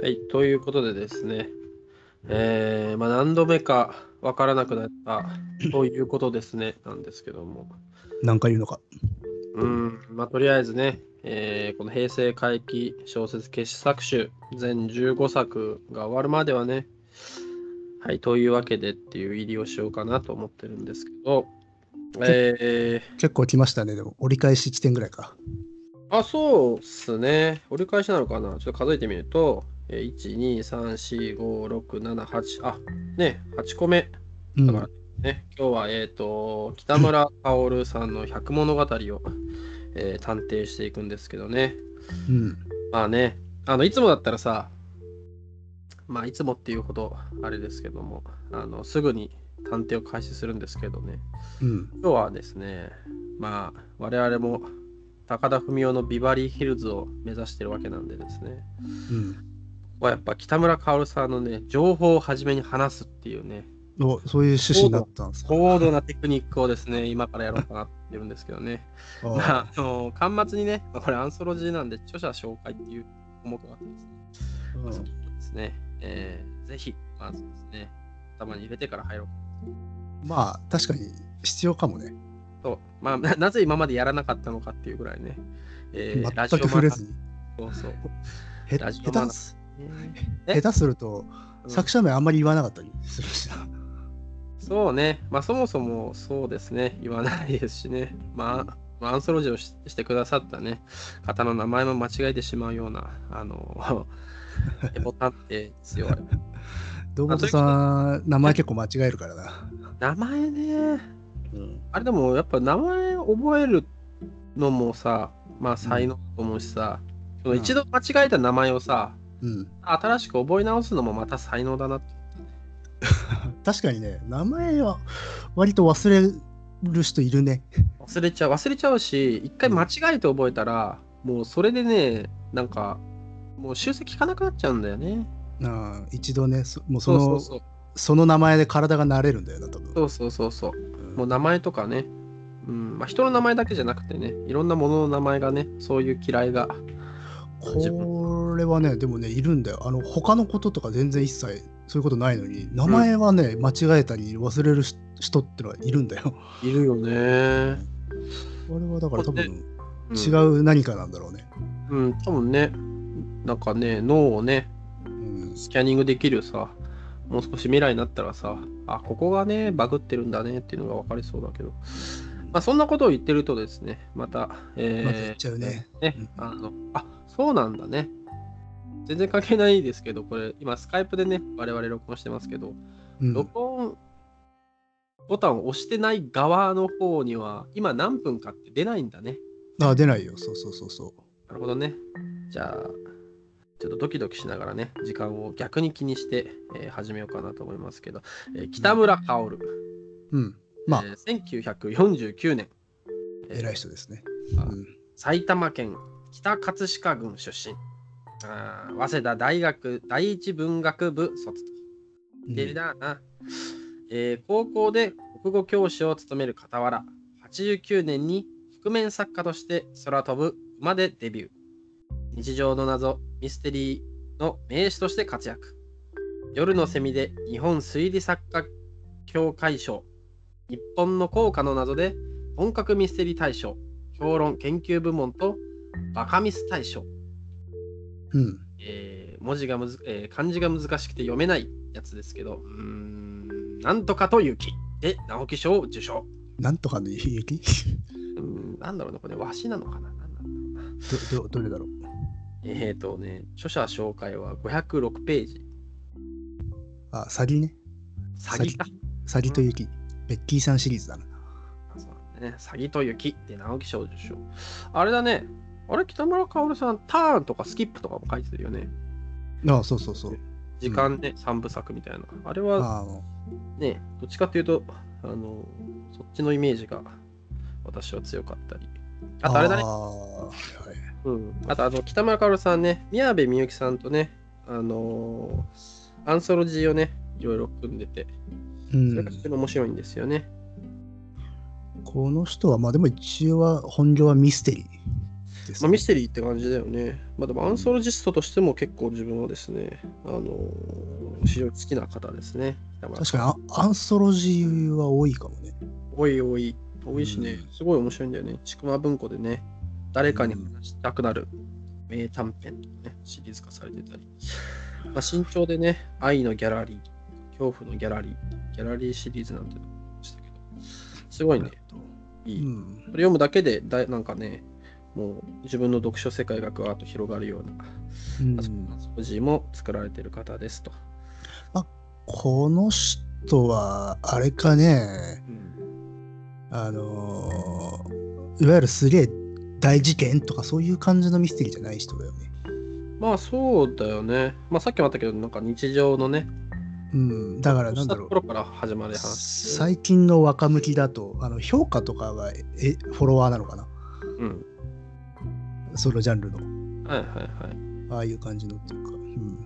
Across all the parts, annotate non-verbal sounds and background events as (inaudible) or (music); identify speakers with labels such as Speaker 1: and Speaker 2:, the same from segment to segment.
Speaker 1: はい、ということでですね、えーまあ、何度目か分からなくなったということですね、なんですけども、
Speaker 2: 何回言うのか。
Speaker 1: うんまあ、とりあえずね、えーこの平成回帰小説傑作集、全15作が終わるまではね、はい、というわけでっていう入りをしようかなと思ってるんですけど、え
Speaker 2: 結構来ましたね、でも。折り返し地点ぐらいか。
Speaker 1: ーあ、そうっすね、折り返しなのかな、ちょっと数えてみると、えー1、2、3、4、5、6、7、8、あね、8個目。
Speaker 2: う
Speaker 1: だから
Speaker 2: ん。
Speaker 1: ね、今日は、えー、と北村薫さんの「百物語を」えー探偵していくんですけどね。
Speaker 2: うん。
Speaker 1: まあね、あのいつもだったらさ、まあいつもっていうほどあれですけども、あのすぐに探偵を開始するんですけどね、
Speaker 2: うん。
Speaker 1: 今日はですね、まあ我々も高田文雄のビバリーヒルズを目指してるわけなんでですね、ここはやっぱ北村薫さんのね、情報を初めに話すっていうね、
Speaker 2: うん。おそういう趣旨になったんですか。
Speaker 1: 高度なテクニックをですね、今からやろうかなって言うんですけどね。まあ、あの、端末にね、まあこれアンソロジーなんで、著者紹介っていう項目があってですね、
Speaker 2: うん
Speaker 1: まあそこですね、えーぜひ、まずですね、頭に入れてから入ろう
Speaker 2: まあ、確かに必要かもね。
Speaker 1: と。まあ、ななぜ今までやらなかったのかっていうぐらいね、えーラジ
Speaker 2: 全
Speaker 1: オ
Speaker 2: く触れずに。
Speaker 1: そう
Speaker 2: (laughs)
Speaker 1: そう。
Speaker 2: へ
Speaker 1: ラ
Speaker 2: 下
Speaker 1: ジオ
Speaker 2: 手
Speaker 1: マナー
Speaker 2: す
Speaker 1: え
Speaker 2: 下手すると、
Speaker 1: うん
Speaker 2: 作者名あんまり言わなかったりするしな。
Speaker 1: そうね、まあそもそもそうですね、言わないですしね、まあ、まあアンソロジーをししてくださったね、方の名前も間違えてしまうような、あ
Speaker 2: (laughs)
Speaker 1: の、エボ探偵ですよ、あれ
Speaker 2: 堂本さん、名前結構間違えるからな。
Speaker 1: 名前ね、
Speaker 2: うん。
Speaker 1: あれでもやっぱ名前覚えるのもさ、まあ才能だと思うしさ、その一度間違えた名前をさ、
Speaker 2: うん、 (laughs)
Speaker 1: 新しく覚え直すのもまた才能だなって
Speaker 2: 確かにね、名前は割と忘れる人いるね。
Speaker 1: 忘れちゃう忘れちゃうし一回間違えて覚えたら、もうそれでねなんかもう修正効かなくなっちゃうんだよね
Speaker 2: うん一度ね、そもうそ
Speaker 1: そう
Speaker 2: の
Speaker 1: そ
Speaker 2: そう
Speaker 1: そう
Speaker 2: の名前で体が慣れるんだよな、多分。
Speaker 1: そうそうそうそう
Speaker 2: うん
Speaker 1: もう名前とかね、うんまあ、人の名前だけじゃなくてねいろんなものの名前がねそういう嫌いが自
Speaker 2: これはね、でもね、いるんだよ。あの他のこととか全然一切そういうことないのに、名前はね、間違えたり忘れるし人ってのはいるんだよ。
Speaker 1: いるよね、
Speaker 2: これはだから多
Speaker 1: こ
Speaker 2: 分
Speaker 1: うん
Speaker 2: 違う何かなんだろうね。
Speaker 1: うん多分ねなんかね脳をね
Speaker 2: うん
Speaker 1: スキャニングできるさもう少し未来になったらさあここがねバグってるんだねっていうのが分かりそうだけどまあそんなことを言ってるとですねまたえー
Speaker 2: また言っちゃうね
Speaker 1: ね
Speaker 2: うん
Speaker 1: あのあそうなんだね全然関係ないですけどこれ今スカイプでね我々録音してますけど、
Speaker 2: うん
Speaker 1: 録音ボタンを押してない側の方には今何分かって出ないんだね
Speaker 2: あ出ないよ、そうそうそうそ
Speaker 1: なるほどね。じゃあ、ちょっとドキドキしながらね、時間を逆に気にして、えー始めようかなと思いますけど、えー北村薫、
Speaker 2: う。うん。まあ、
Speaker 1: えー1949年、えー
Speaker 2: 偉い人ですね。
Speaker 1: あ
Speaker 2: うん
Speaker 1: 埼玉県北葛飾郡出身。あー早稲田大学第一文学部卒
Speaker 2: うん
Speaker 1: 出るなあな、えー高校で国語教師を務める傍ら89年に覆面作家として空飛ぶ馬でデビュー日常の謎ミステリーの名手として活躍夜のセミで日本推理作家協会賞日本の効果の謎で本格ミステリー大賞評論研究部門とバカミス大賞
Speaker 2: うん。
Speaker 1: えー文字がむず、えー漢字が難しくて読めないやつですけど、うーん、なんとかという木で直木賞を受賞。
Speaker 2: なんとかの悲劇
Speaker 1: うーん、なんだろうね、これ、和紙なのかななんなんだろうな
Speaker 2: どどどれだろう
Speaker 1: えっ、とね、著者紹介は506ページ。
Speaker 2: あ、詐欺ね。
Speaker 1: 詐欺か。
Speaker 2: 詐欺と雪。ベッキーさんシリーズだな。
Speaker 1: あそうなんだね、詐欺という木で直木賞を受賞。あれだね、あれ、北村薫さん、ターンとかスキップとかも書いてるよね。
Speaker 2: あそうそうそう。
Speaker 1: 時間ね、三部作みたいな。あれは
Speaker 2: あの
Speaker 1: ね、どっちかというと、あの、そっちのイメージが私は強かったり。あとあれだね
Speaker 2: ー、はいはい
Speaker 1: うん、あとあの北村薫さんね、宮部みゆきさんとね、あのーアンソロジーをね、いろいろ組んでて、
Speaker 2: う
Speaker 1: それが
Speaker 2: ん
Speaker 1: 非、常に面白いんですよね。
Speaker 2: この人は、まあでも一応は本業はミステリーです
Speaker 1: まあ、
Speaker 2: ね、
Speaker 1: ミステリーって感じだよね。まあ、でもアンソロジストとしても結構自分はですね、あのー非常に好きな方ですね。
Speaker 2: 確かにアアンソロジーは多いかもね。
Speaker 1: に。多い多い。多いしね
Speaker 2: う、
Speaker 1: すごい面白いんだよね。ちくわ文庫でね、誰かに話したくなる名短編、ね、シリーズ化されてたり。まあ、慎重でね、愛のギャラリー、恐怖のギャラリー、ギャラリーシリーズなんてのもありましたけど、すごいね、いうい。
Speaker 2: ん、
Speaker 1: それ読むだけでだいなんかねもう自分の読書世界がぐわっと広がるような
Speaker 2: うん
Speaker 1: あそこの掃除も作られてる方ですと、
Speaker 2: この人は、あれかね、あのーいわゆるすげえ大事件とかそういう感じのミステリーじゃない人だよね。
Speaker 1: まあそうだよねまあさっきもあったけどなんか日常のね
Speaker 2: うん、だから
Speaker 1: そう
Speaker 2: なん
Speaker 1: した
Speaker 2: だ
Speaker 1: と
Speaker 2: ろ
Speaker 1: こ
Speaker 2: う。
Speaker 1: ろから始まる話、
Speaker 2: 最近の若向きだと、あの評価とかがえフォロワーなのかな、
Speaker 1: うん
Speaker 2: そのジャンルの。
Speaker 1: はいはいはい
Speaker 2: ああいう感じのっていうか。うん、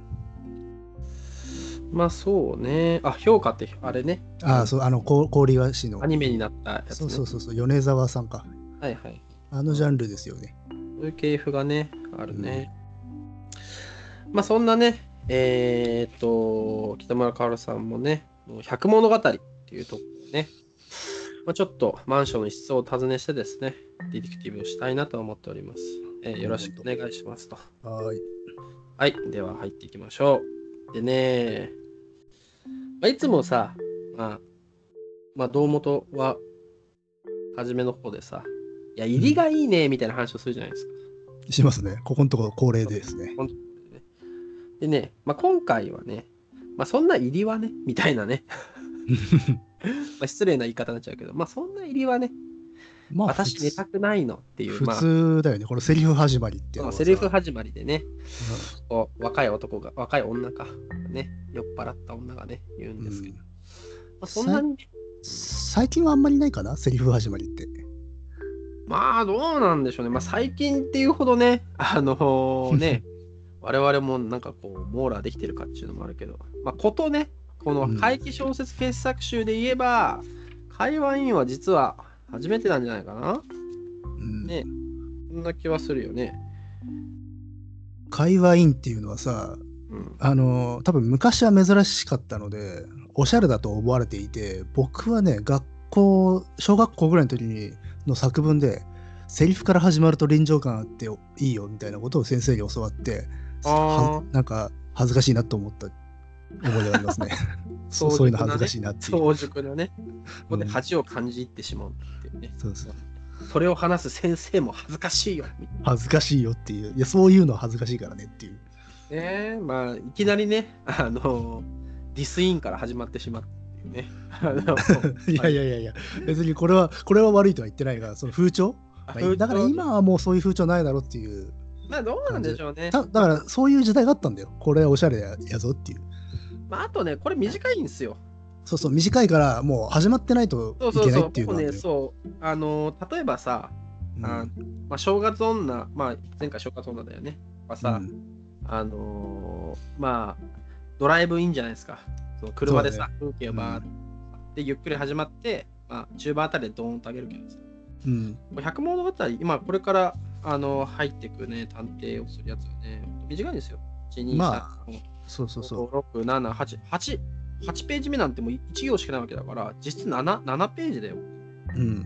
Speaker 1: まあそうねあ評価ってあれね
Speaker 2: ああ、そう、あの、こ氷菓子の
Speaker 1: ア。ニメになったやつ、ね、
Speaker 2: そうそうそうそう、米沢さんか。
Speaker 1: はいはい
Speaker 2: あのジャンルですよね。
Speaker 1: そういう系譜がね、あるね。まあそんなね、えーっと、北村かおるさんもね、もう百物語っていうところね、まあ、ちょっとマンションの一室を訪ねしてですね、ディティクティブをしたいなと思っております。えーよろしくお願いしますと。
Speaker 2: はい。
Speaker 1: はい、では入っていきましょう。でね、まあ、いつもさ、まあ、まあ、堂本は、初めの方でさ、いや、入りがいいね、みたいな話をするじゃないですか。
Speaker 2: しますね。ここのところ恒例ですね。
Speaker 1: でね、まあ、今回はね、まあ、そんな入りはね、みたいなね、
Speaker 2: (laughs)
Speaker 1: まあ失礼な言い方になっちゃうけど、まあ、そんな入りはね、
Speaker 2: まあ、
Speaker 1: 私寝たくないのっていう、
Speaker 2: 普
Speaker 1: まあ、
Speaker 2: 通だよね。このセリフ始まりっていう
Speaker 1: ま
Speaker 2: の
Speaker 1: あ
Speaker 2: は
Speaker 1: セリフ
Speaker 2: さ
Speaker 1: 始まりでね、
Speaker 2: う
Speaker 1: こう若い男が、若い女か、ね、酔っ払った女がね、言うん
Speaker 2: ん
Speaker 1: ですけど、
Speaker 2: うん
Speaker 1: まあ、そんなに、
Speaker 2: 最近はあんまりないかなセリフ始まりって。
Speaker 1: まあ、どうなんでしょうね、まあ、最近っていうほどね、あの
Speaker 2: (laughs)
Speaker 1: ーね、我々もなんかこう、網羅できてるかっていうのもあるけど、まあ、ことね、この怪奇小説傑作集で言えば、会話員は実は初めてなんじゃないかな
Speaker 2: うん
Speaker 1: ねそんな気はするよね。
Speaker 2: 会話員っていうのはさ、
Speaker 1: うん。
Speaker 2: あのー多分昔は珍しかったので、おしゃれだと思われていて、僕はね、学校、小学校ぐらいの時にの作文で、セリフから始まると臨場感あっていいよみたいなことを先生に教わって、
Speaker 1: あー
Speaker 2: はなんか恥ずかしいなと思った思い出があります (laughs) ね。そうそういうの恥ずかしいなっていう。
Speaker 1: 早熟なね。ここで
Speaker 2: うん
Speaker 1: 恥を感じ入ってしまうっていうね。
Speaker 2: そうそう
Speaker 1: それを話す先生も恥ずかしいよ。みたい
Speaker 2: 恥ずかしいよっていういやそういうの恥ずかしいからねっていう
Speaker 1: なねまあ、いきなりね、あの、ディスインから始まってしまったっていうね。あの
Speaker 2: (laughs) いやいやいやいや別にこれはこれは悪いとは言ってないがその風潮まあ
Speaker 1: 風潮
Speaker 2: だから今はもうそういう風潮ないだろうっていう
Speaker 1: まあ、どうなんでしょうね。
Speaker 2: ただからそういう時代があったんだよこれはおしゃれやぞっていう
Speaker 1: まあ、あとね、これ短いんですよ。
Speaker 2: そうそう短いからもう始まってないと
Speaker 1: そう
Speaker 2: い
Speaker 1: そう
Speaker 2: けな
Speaker 1: そ
Speaker 2: いうっていう。の
Speaker 1: もう
Speaker 2: はあ
Speaker 1: ね、
Speaker 2: るよ
Speaker 1: そう。あの、例えばさ、
Speaker 2: うん
Speaker 1: あまあ、正月女、まあ、前回正月女だよね。はさ、
Speaker 2: うん
Speaker 1: あのーまあ、ドライブインじゃないですか。その車でさ、風景をバーって、でゆっくり始まって、まあ、中盤あたりでドーンと上げるけどさ、
Speaker 2: うん
Speaker 1: もう百物語、今これから、あのー入ってくね、探偵をするやつはね、短いんですよ。1、2、
Speaker 2: ま
Speaker 1: 3、
Speaker 2: そうそうそう
Speaker 1: 4、5、6、7、8、8、8ページ目なんてもう1行しかないわけだから、実質 7, 7ページだよ。
Speaker 2: うん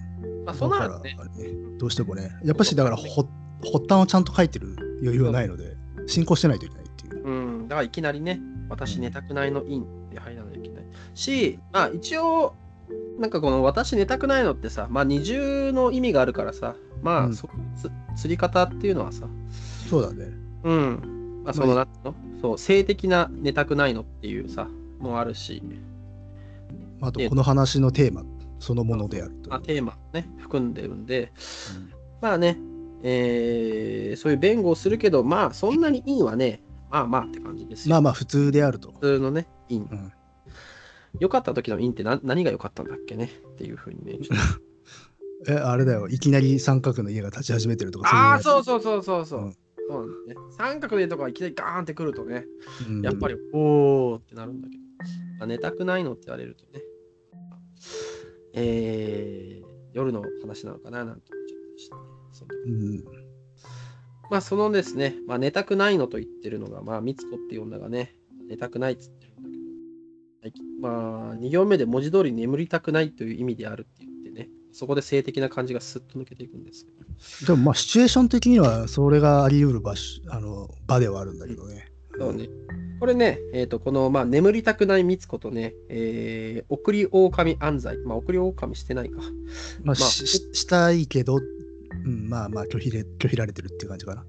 Speaker 1: まあ、そう
Speaker 2: だ
Speaker 1: な
Speaker 2: か
Speaker 1: る
Speaker 2: ら
Speaker 1: とね、
Speaker 2: ねどうしてもねやっぱしだからほ発端をちゃんと書いてる余裕はないので進行してないといけないっていう
Speaker 1: うん、だからいきなりね、私
Speaker 2: うん
Speaker 1: 寝たくないのインって入らないといけない。し、まあ一応、なんかこの私寝たくないのってさ、まあ二重の意味があるからさ、まあ、
Speaker 2: うん
Speaker 1: そつ釣り方っていうのはさ、
Speaker 2: そうだね
Speaker 1: うん、まあその、なんていうのそう、性的な寝たくないのっていうさ、もあるし、
Speaker 2: あとこの話のテーマそのものであると
Speaker 1: まあ、テーマをね、含んでるんで、
Speaker 2: うん
Speaker 1: まあね、えーそういう弁護をするけど、まあそんなにインはね、まあまあって感じですよ。
Speaker 2: まあまあ普通であると
Speaker 1: 普通のね、イン。
Speaker 2: うん
Speaker 1: 良かった時のインって何何が良かったんだっけねっていうふうにね。
Speaker 2: (laughs)
Speaker 1: ちょっと
Speaker 2: えあれだよいきなり三角の家が立ち始めてるとか
Speaker 1: ああ、そううそうそうそうそう。
Speaker 2: うん
Speaker 1: そうなんだね、三角でとかいきなりガーンってくるとね、
Speaker 2: いううん
Speaker 1: やっぱり、おーってなるんだけど、まあ、寝たくないのって言われるとね、えー、夜の話なのかななんて思っちゃったりしてねそんな
Speaker 2: うん
Speaker 1: まあそのですね、まあ、寝たくないのと言ってるのが、まあ、みつこっていう女がね、寝たくないっつってるんだけど、はい、まあ、2行目で文字通り眠りたくないという意味であるって言ってね、そこで性的な感じがスッと抜けていくんですけど。
Speaker 2: でもまあシチュエーション的にはそれがあり得る場所あの場ではあるんだけどね。
Speaker 1: そうね。これね、えっ、と、この、まあ、眠りたくないみつことね、えー、送り狼安西。まあ、送り狼してないか。
Speaker 2: まあ、
Speaker 1: まあ
Speaker 2: しししたいけど、うん、まあまあ拒否れ拒否られてるっていう感じかな。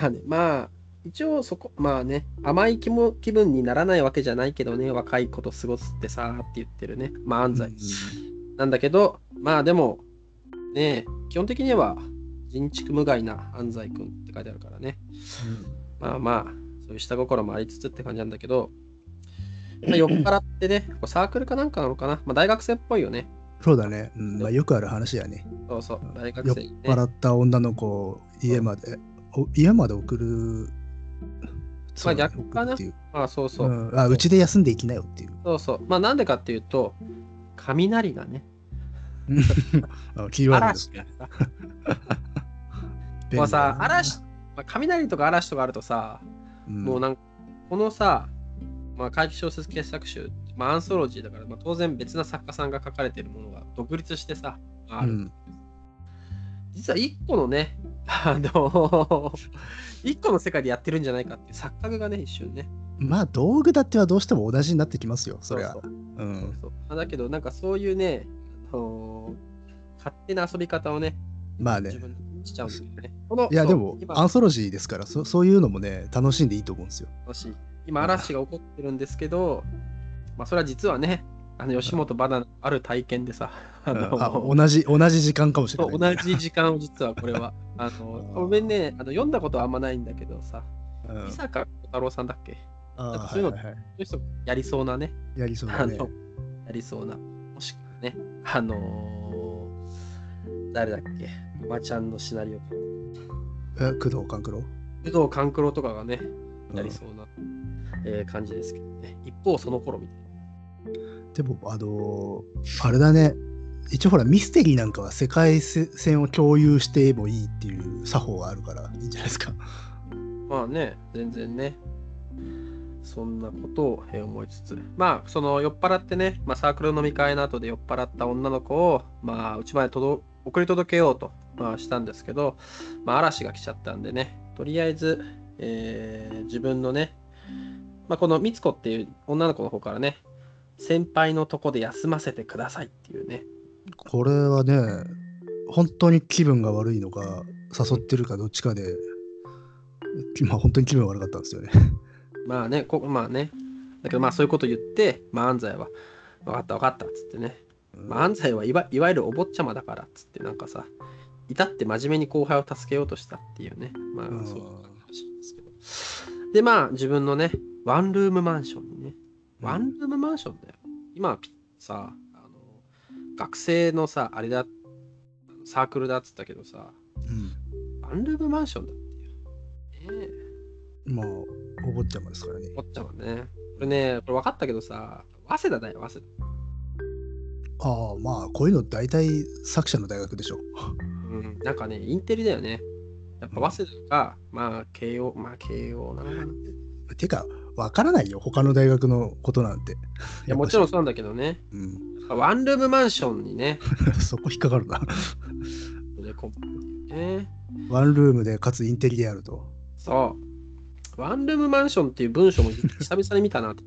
Speaker 1: まあね、まあ、一応そこ、まあね、甘い気も気分にならないわけじゃないけどね、若い子と過ごすってさーって言ってるね、まあ安西。なんだけど、まあでも、ねえ、基本的には人畜無害な安西くんって書いてあるからね。
Speaker 2: うん
Speaker 1: まあまあ、そういう下心もありつつって感じなんだけど、まあ、酔っ払ってね、こうサークルかなんかなのかな、まあ、大学生っぽいよね。
Speaker 2: そうだね、うんまあ、よくある話やね。
Speaker 1: そうそう、大学
Speaker 2: 酔っ
Speaker 1: 生にね。
Speaker 2: 払った女の子を家まで、お家まで送る。そうだね
Speaker 1: 逆かな
Speaker 2: 送るっていう
Speaker 1: まあそうそう、
Speaker 2: うんあうちで休んでいきなよっていう。
Speaker 1: そうそう。まあなんでかっていうと、雷がね、
Speaker 2: (laughs) あキーワードです
Speaker 1: 嵐がさもうさ、嵐、まあ、雷とか嵐とかあるとさ、もうなんか、このさ、まあ、怪奇小説傑作集、まあ、アンソロジーだから、まあ、当然別な作家さんが書かれてるものが独立してさ、まああ
Speaker 2: う
Speaker 1: る
Speaker 2: ん
Speaker 1: 実は一個のね、あの、 (laughs) 一個の世界でやってるんじゃないかっていう錯覚がね、一瞬ね。
Speaker 2: まあ道具だってはどうしても同じになってきますよ、そりゃ。
Speaker 1: うう
Speaker 2: う
Speaker 1: そうんそうまあだけど、なんかそういうね、あの勝手な遊び方をね、
Speaker 2: まあ
Speaker 1: 自
Speaker 2: ね。
Speaker 1: 分にしちゃうんだよね。この
Speaker 2: いや
Speaker 1: そう
Speaker 2: でも
Speaker 1: 今
Speaker 2: アンソロジーですからそ、そういうのもね、楽しんでいいと思うんですよ。
Speaker 1: もし今、嵐が起こってるんですけど、まあ、それは実はね、あの吉本バナナのある体験でさ、あ
Speaker 2: あ
Speaker 1: の
Speaker 2: 同じ同じ時間かもしれ
Speaker 1: そ
Speaker 2: な
Speaker 1: う
Speaker 2: い。
Speaker 1: 同じ時間を実はこれ
Speaker 2: (laughs)
Speaker 1: は、あの
Speaker 2: あー
Speaker 1: ごめんね、あの読んだことはあんまないんだけどさ、
Speaker 2: うん
Speaker 1: 伊坂幸太郎さんだっけこ
Speaker 2: あ
Speaker 1: なんか
Speaker 2: ー
Speaker 1: そういうの
Speaker 2: はいはいは
Speaker 1: の人やりそうなね、
Speaker 2: いやりそう
Speaker 1: あ
Speaker 2: だね。
Speaker 1: のやりそうな、もしくはね、あのー誰だっけ、おばちゃんのシナリオ、
Speaker 2: え工藤官九郎
Speaker 1: 工藤官九郎とかがね、
Speaker 2: うん
Speaker 1: やりそうな、えー感じですけどね、一方、その頃みたいな。
Speaker 2: でも、あのーあれだね。一応ほら、ミステリーなんかは世界せ線を共有してもいいっていう作法があるからいいんじゃないです
Speaker 1: (laughs)
Speaker 2: か。
Speaker 1: まあね、全然ね、そんなことをえー思いつつ、まあ、その酔っ払ってね、まあ、サークル飲み会の後で酔っ払った女の子を、まあ、うちまで届送り届けようと、まあ、したんですけど、まあ、嵐が来ちゃったんでね、とりあえず、えー自分のね、まあ、このみつこっていう女の子の方からね、先輩のとこで休ませてくださいっていうね、
Speaker 2: これはね、本当に気分が悪いのか、誘ってるかどっちかで、きまあ、本当に気分悪かったんですよね。
Speaker 1: まあね、こまあね、だけどまあそういうこと言って、まあ安西は、分かった分かったっつってね、まあ、安西はいわいわゆるお坊ちゃまだからっつってなんかさ至って真面目に後輩を助けようとしたっていうねまあ
Speaker 2: うん
Speaker 1: そういう話なんですけどでまあ自分のねワンルームマンションにね
Speaker 2: うん
Speaker 1: ワンルームマンションだよ今はピさあの学生のさあれだサークルだっつったけどさ
Speaker 2: うん
Speaker 1: ワンルームマンションだっていうねえ
Speaker 2: まあ、お坊ちゃまですからね。
Speaker 1: お坊ちゃまねこれねこれ分かったけどさ早稲田だよ早稲田
Speaker 2: ああ、まあ、こういうの大体作者の大学でしょ。
Speaker 1: うんなんかねインテリだよねやっぱ早稲田か、まあ慶応まあ慶応なのかな
Speaker 2: てか、わからないよ、他の大学のことなんて。
Speaker 1: いやもちろんそうなんだけどね、
Speaker 2: ろん。うん、
Speaker 1: ワンルームマンションにね、
Speaker 2: (laughs) そこ引っかかるな。
Speaker 1: でこね
Speaker 2: ワンルームで、かつインテリであると。
Speaker 1: そう、ワンルームマンションっていう文章も久々に見たなって。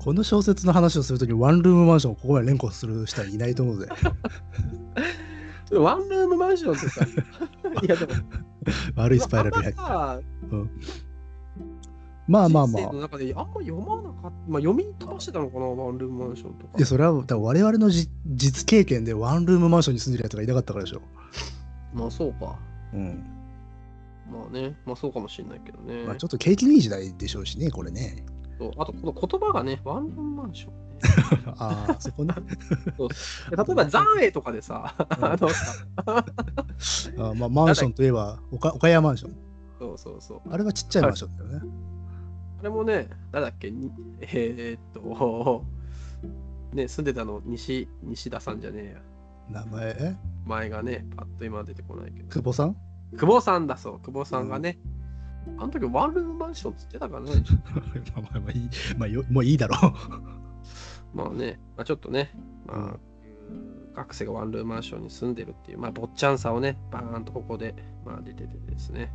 Speaker 2: この小説の話をするとき、ワンルームマンションをここまで連呼する人はいないと思 (laughs) うぜ。
Speaker 1: ワンルームマンションって
Speaker 2: (laughs)
Speaker 1: さ、いやでも、
Speaker 2: 悪いスパイラルに入っ
Speaker 1: あんまさ
Speaker 2: まあまあま
Speaker 1: 人生の
Speaker 2: あ。
Speaker 1: 中であんま読まなかった、まあ、読み飛ばしてたのかな、ワンルームマンションとか。
Speaker 2: いや、それは多分我々のじ実経験でワンルームマンションに住んでるやつがいなかったからでしょ。
Speaker 1: まあそうか。
Speaker 2: うん。
Speaker 1: まあね、まあそうかもしれないけどね。
Speaker 2: まあ、
Speaker 1: あ、
Speaker 2: ちょっと景気のいい時代でしょうしね、これね。
Speaker 1: とあと、この言葉がね、ワンルームマンションね、
Speaker 2: (laughs) ああ、そこね。
Speaker 1: いや例えば、ザンエとかでさ、あのさ
Speaker 2: あまあ、マンションといえば岡、岡山マンション。
Speaker 1: そうそうそう。
Speaker 2: あれはちっちゃいマンションだよね。
Speaker 1: あれもね、なんだっけ、にえーっと、ね、住んでたの西、西田さんじゃねえや。
Speaker 2: 名前、え
Speaker 1: 前がね、パッと今出てこないけど。
Speaker 2: (laughs) 久保さん
Speaker 1: 久保さんだそう、久保さんがね。あの時ワンルームマンションって言ってたからね。
Speaker 2: まあまあまあいい、まあよ、もういいだろう。
Speaker 1: まあね、まあ、ちょっとね、
Speaker 2: うん
Speaker 1: まあ、学生がワンルームマンションに住んでるっていう、まあ、坊ちゃんさをね、バーンとここで、まあ、出ててですね。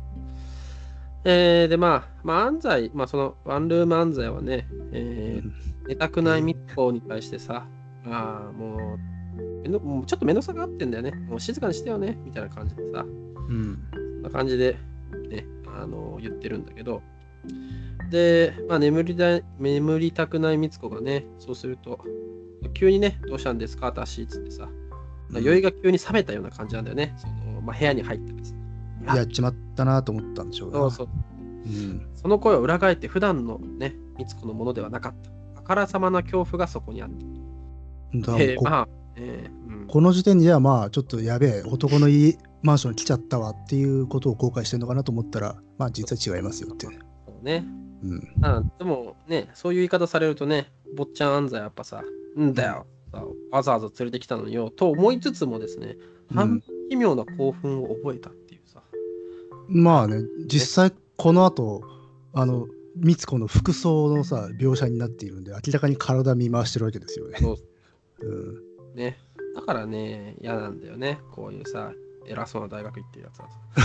Speaker 1: えー、で、まあ、まあ、安西、まあ、そのワンルーム安西はね、え
Speaker 2: うん
Speaker 1: ー、寝たくない密航に対してさ、ああ、もう、めんどもうちょっと目の差があってんだよね。もう静かにしてよね、みたいな感じでさ、
Speaker 2: うん。
Speaker 1: そんな感じで、ね、あの言ってるんだけど、で、まあ、眠りだ眠りたくないみつこがね、そうすると、急にね、どうしたんですか、私っつってさ、酔いが急に冷めたような感じなんだよね、そのまあ、部屋に入ったんです。
Speaker 2: やっちまったなと思ったんでしょうな
Speaker 1: そうそう
Speaker 2: うん。
Speaker 1: その声を裏返って、普段のね、みつこのものではなかった。あからさまな恐怖がそこにあって。
Speaker 2: だから
Speaker 1: で
Speaker 2: こ
Speaker 1: まあ、えーうん、
Speaker 2: この時点ではまあちょっとやべえ男のいいマンション来ちゃったわっていうことを後悔してるのかなと思ったらまあ実は違いますよって
Speaker 1: そうね。
Speaker 2: うん
Speaker 1: あでもね、そういう言い方されるとね、坊ちゃん安西はやっぱさ、んだよ、さわざわざ連れてきたのよ、と思いつつもですね、
Speaker 2: うん
Speaker 1: 半奇妙な興奮を覚えたっていうさ、
Speaker 2: まあね実際この後あの美津子の服装のさ描写になっているんで明らかに体見回してるわけですよね
Speaker 1: そう
Speaker 2: うん
Speaker 1: ね。だからね、嫌なんだよね、こういうさ、偉そうな大学行ってるやつはさ。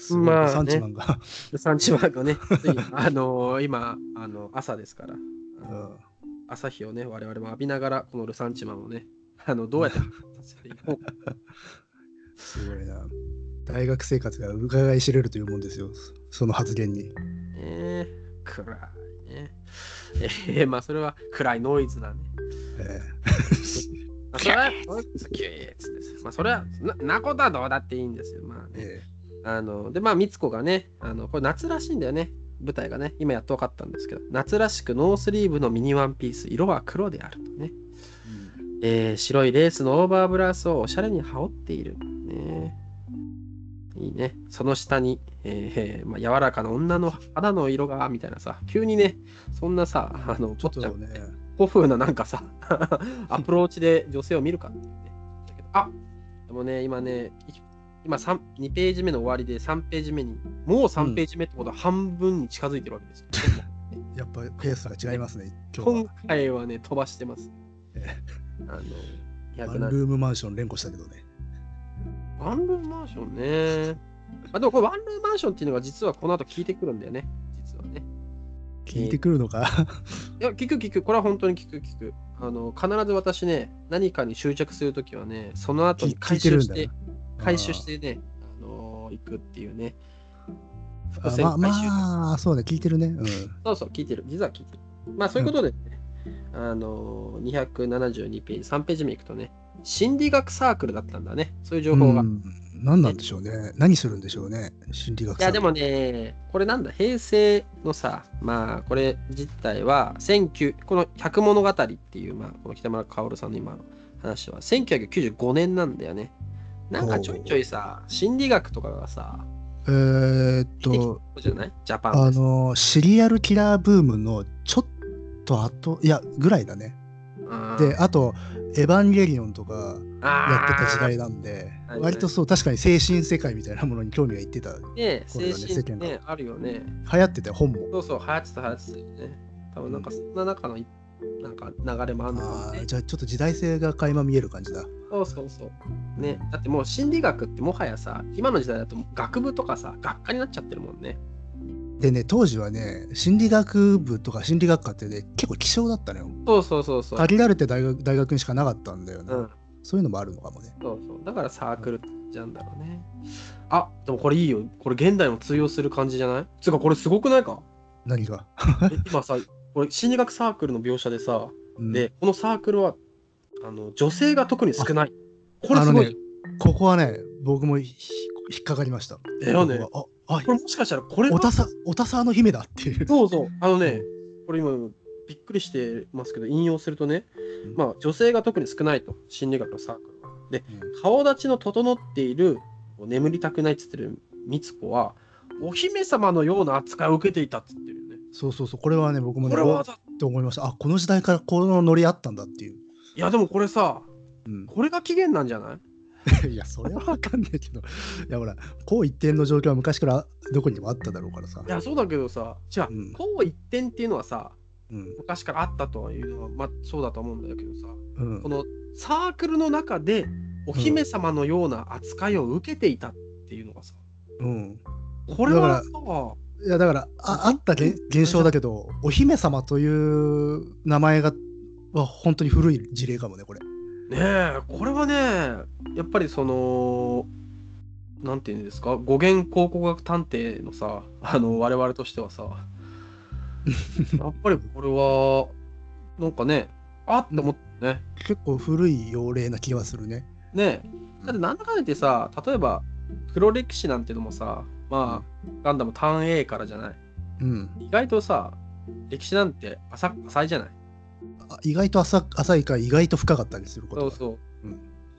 Speaker 2: すごい、
Speaker 1: まあね
Speaker 2: サンチマンが、 (laughs)
Speaker 1: で、サンチマークね、ついにあのー今、あの朝ですから、
Speaker 2: うん
Speaker 1: 朝日をね、我々も浴びながら、このルサンチマンをね、あのどうやって発達していこうか。
Speaker 2: すごいな大学生活が伺い知れるというもんですよその発言に (laughs)
Speaker 1: ね、暗いね。えー、まあそれは暗いノイズだね。
Speaker 2: え
Speaker 1: まあ、それ
Speaker 2: (laughs)
Speaker 1: は、キューッつってさまあ、それは、な、なことはどうだっていいんですよ。まあ
Speaker 2: え
Speaker 1: ね。
Speaker 2: え
Speaker 1: あの、で、まあ、みつこがね、あの、これ夏らしいんだよね。舞台がね、今やっと分かったんですけど、夏らしくノースリーブのミニワンピース、色は黒であるとね。えー白いレースのオーバーブラウスをおしゃれに羽織っている。ね。いいね。その下に、えーえーまあ、柔らかな女の肌の色が、みたいなさ、急にね、そんなさ、あの、
Speaker 2: ちょっ
Speaker 1: 坊ちゃん
Speaker 2: とね
Speaker 1: 古風ななんか
Speaker 2: (laughs)
Speaker 1: さアプローチで女性を見るかっていうねだけどあでもね今ねい今三2ページ目の終わりで3ページ目にもう3ページ目ってことは半分に近づいてるわけですよ、
Speaker 2: やっぱペースが違いますね今日
Speaker 1: 今
Speaker 2: は
Speaker 1: 回はね飛ばして
Speaker 2: (laughs)
Speaker 1: ます
Speaker 2: え
Speaker 1: あの
Speaker 2: ワ
Speaker 1: 200
Speaker 2: ン
Speaker 1: な
Speaker 2: ルームマンション連呼したけどね
Speaker 1: ワンルームマンションねあでもこれワンルームマンションっていうのが実はこの後聞いてくるんだよね実はね
Speaker 2: 聞いてくるの
Speaker 1: (laughs)
Speaker 2: か、
Speaker 1: いや聞く聞くこれは本当に聞く聞くあの必ず私ね何かに執着するときはねその後に
Speaker 2: 聞聞
Speaker 1: 回
Speaker 2: いてる
Speaker 1: 収
Speaker 2: ん
Speaker 1: し
Speaker 2: だ
Speaker 1: て
Speaker 2: な
Speaker 1: 回収してね、あのー行くっていうね。
Speaker 2: あ
Speaker 1: 伏
Speaker 2: ー
Speaker 1: 線
Speaker 2: ま
Speaker 1: 回収、
Speaker 2: まあそうね聞いてるねうん
Speaker 1: そうそう、聞いてる。実は聞いてる。まあ、そういうことでね、あのー、272ページ、3ページ目行くとね、心理学サークルだったんだね。そういう情報が。
Speaker 2: うん何なんでしょうね何するんでしょうね心理学
Speaker 1: いやでもね、これなんだ、平成のさ、まあこれ実態は、19この百物語っていう、まあこの北村薫さんの今の話は、1995年なんだよね。なんかちょいちょいさ、心理学とかがさ、
Speaker 2: えー、っ
Speaker 1: 出てきた
Speaker 2: と
Speaker 1: ことじゃないジャパン
Speaker 2: あ
Speaker 1: でさ
Speaker 2: のシリアルキラーブームのちょっとあといやぐらいだね
Speaker 1: うん
Speaker 2: であとエヴァンゲリオンとかやってた時代
Speaker 1: だ。
Speaker 2: なんで
Speaker 1: あーはい
Speaker 2: 割とそう確かに精神世界みたいなものに興味がいってた流
Speaker 1: ね、
Speaker 2: こ
Speaker 1: 精
Speaker 2: れはね
Speaker 1: 神
Speaker 2: 世間
Speaker 1: ね
Speaker 2: が、
Speaker 1: あるよね。
Speaker 2: 行ってた本も
Speaker 1: そうそう、流行ってた、流行ってたよね。多分なんか、そんな中のい、なんか流れもあるのか
Speaker 2: あ
Speaker 1: も
Speaker 2: ー
Speaker 1: ね。
Speaker 2: じゃあちょっと時代性が垣間見える感じだ
Speaker 1: そうそうそう。ね、だってもう心理学ってもはやさ、今の時代だと学部とかさ、学科になっちゃってるもんね。
Speaker 2: でね当時はね心理学部とか心理学科ってね結構希少だったのよ
Speaker 1: そうそうそうそう。
Speaker 2: 限られて大学大学にしかなかったんだよね、
Speaker 1: うん、
Speaker 2: そういうのもあるのかもね
Speaker 1: そうそう。だからサークルじゃんだろうね。あ、でもこれいいよ。これ現代も通用する感じじゃないつうかこれすごくないか
Speaker 2: 何が、
Speaker 1: え今さ、これ心理学サークルの描写でさ、
Speaker 2: うん
Speaker 1: で、このサークルは、あの、女性が特に少ない。これすごい。
Speaker 2: あのねここはね僕もひ引っかかりました
Speaker 1: だよね
Speaker 2: ここはあ
Speaker 1: これもしかしたらこれ
Speaker 2: あおたさおたさの姫だっていう
Speaker 1: そうそうあのねこれ今びっくりしてますけど引用するとね、
Speaker 2: うん
Speaker 1: まあ女性が特に少ないと心理学のサークルはで
Speaker 2: うん
Speaker 1: 顔立ちの整っている眠りたくないっつってる美津子はお姫様のような扱いを受けていたっつってるよね
Speaker 2: そうそうそうこれはね僕も
Speaker 1: こ
Speaker 2: ね
Speaker 1: れ
Speaker 2: お
Speaker 1: は
Speaker 2: っと思いましたあこの時代からこのノリあったんだっていう、
Speaker 1: いやでもこれさ
Speaker 2: うん、 (laughs)
Speaker 1: これが起源なんじゃない
Speaker 2: いや、それはわかんないけど、いや、ほら、こう一点の状況は昔からどこにでもあっただろうからさ
Speaker 1: い。やそうだけどさじゃあ、
Speaker 2: うん
Speaker 1: こう一点っていうのはさ
Speaker 2: うん。
Speaker 1: 昔からあったというのは、まあ、そうだと思うんだけどさ
Speaker 2: うん
Speaker 1: こ、のサークルの中でお姫様のような扱いを受けていたっていうのがさ
Speaker 2: うん。
Speaker 1: これは
Speaker 2: だ
Speaker 1: さ
Speaker 2: いや、だから、ああったげ現象だけど、お姫様という名前が、は本当に古い事例かもね、これ。
Speaker 1: ねえこれはねやっぱりそのなんていうんですか語源考古学探偵のさあの我々としてはさ (laughs) やっぱりこれはなんかねあって思ったね。
Speaker 2: 結構古い用例な気はするね。
Speaker 1: ねえだってなんだかんだ言ってさ例えば黒歴史なんてのもさまあガンダム単 A からじゃない
Speaker 2: うん。
Speaker 1: 意外とさ歴史なんて浅浅いじゃない
Speaker 2: あ意外と浅浅いか、意外と深かったりするこ
Speaker 1: そ
Speaker 2: とが
Speaker 1: う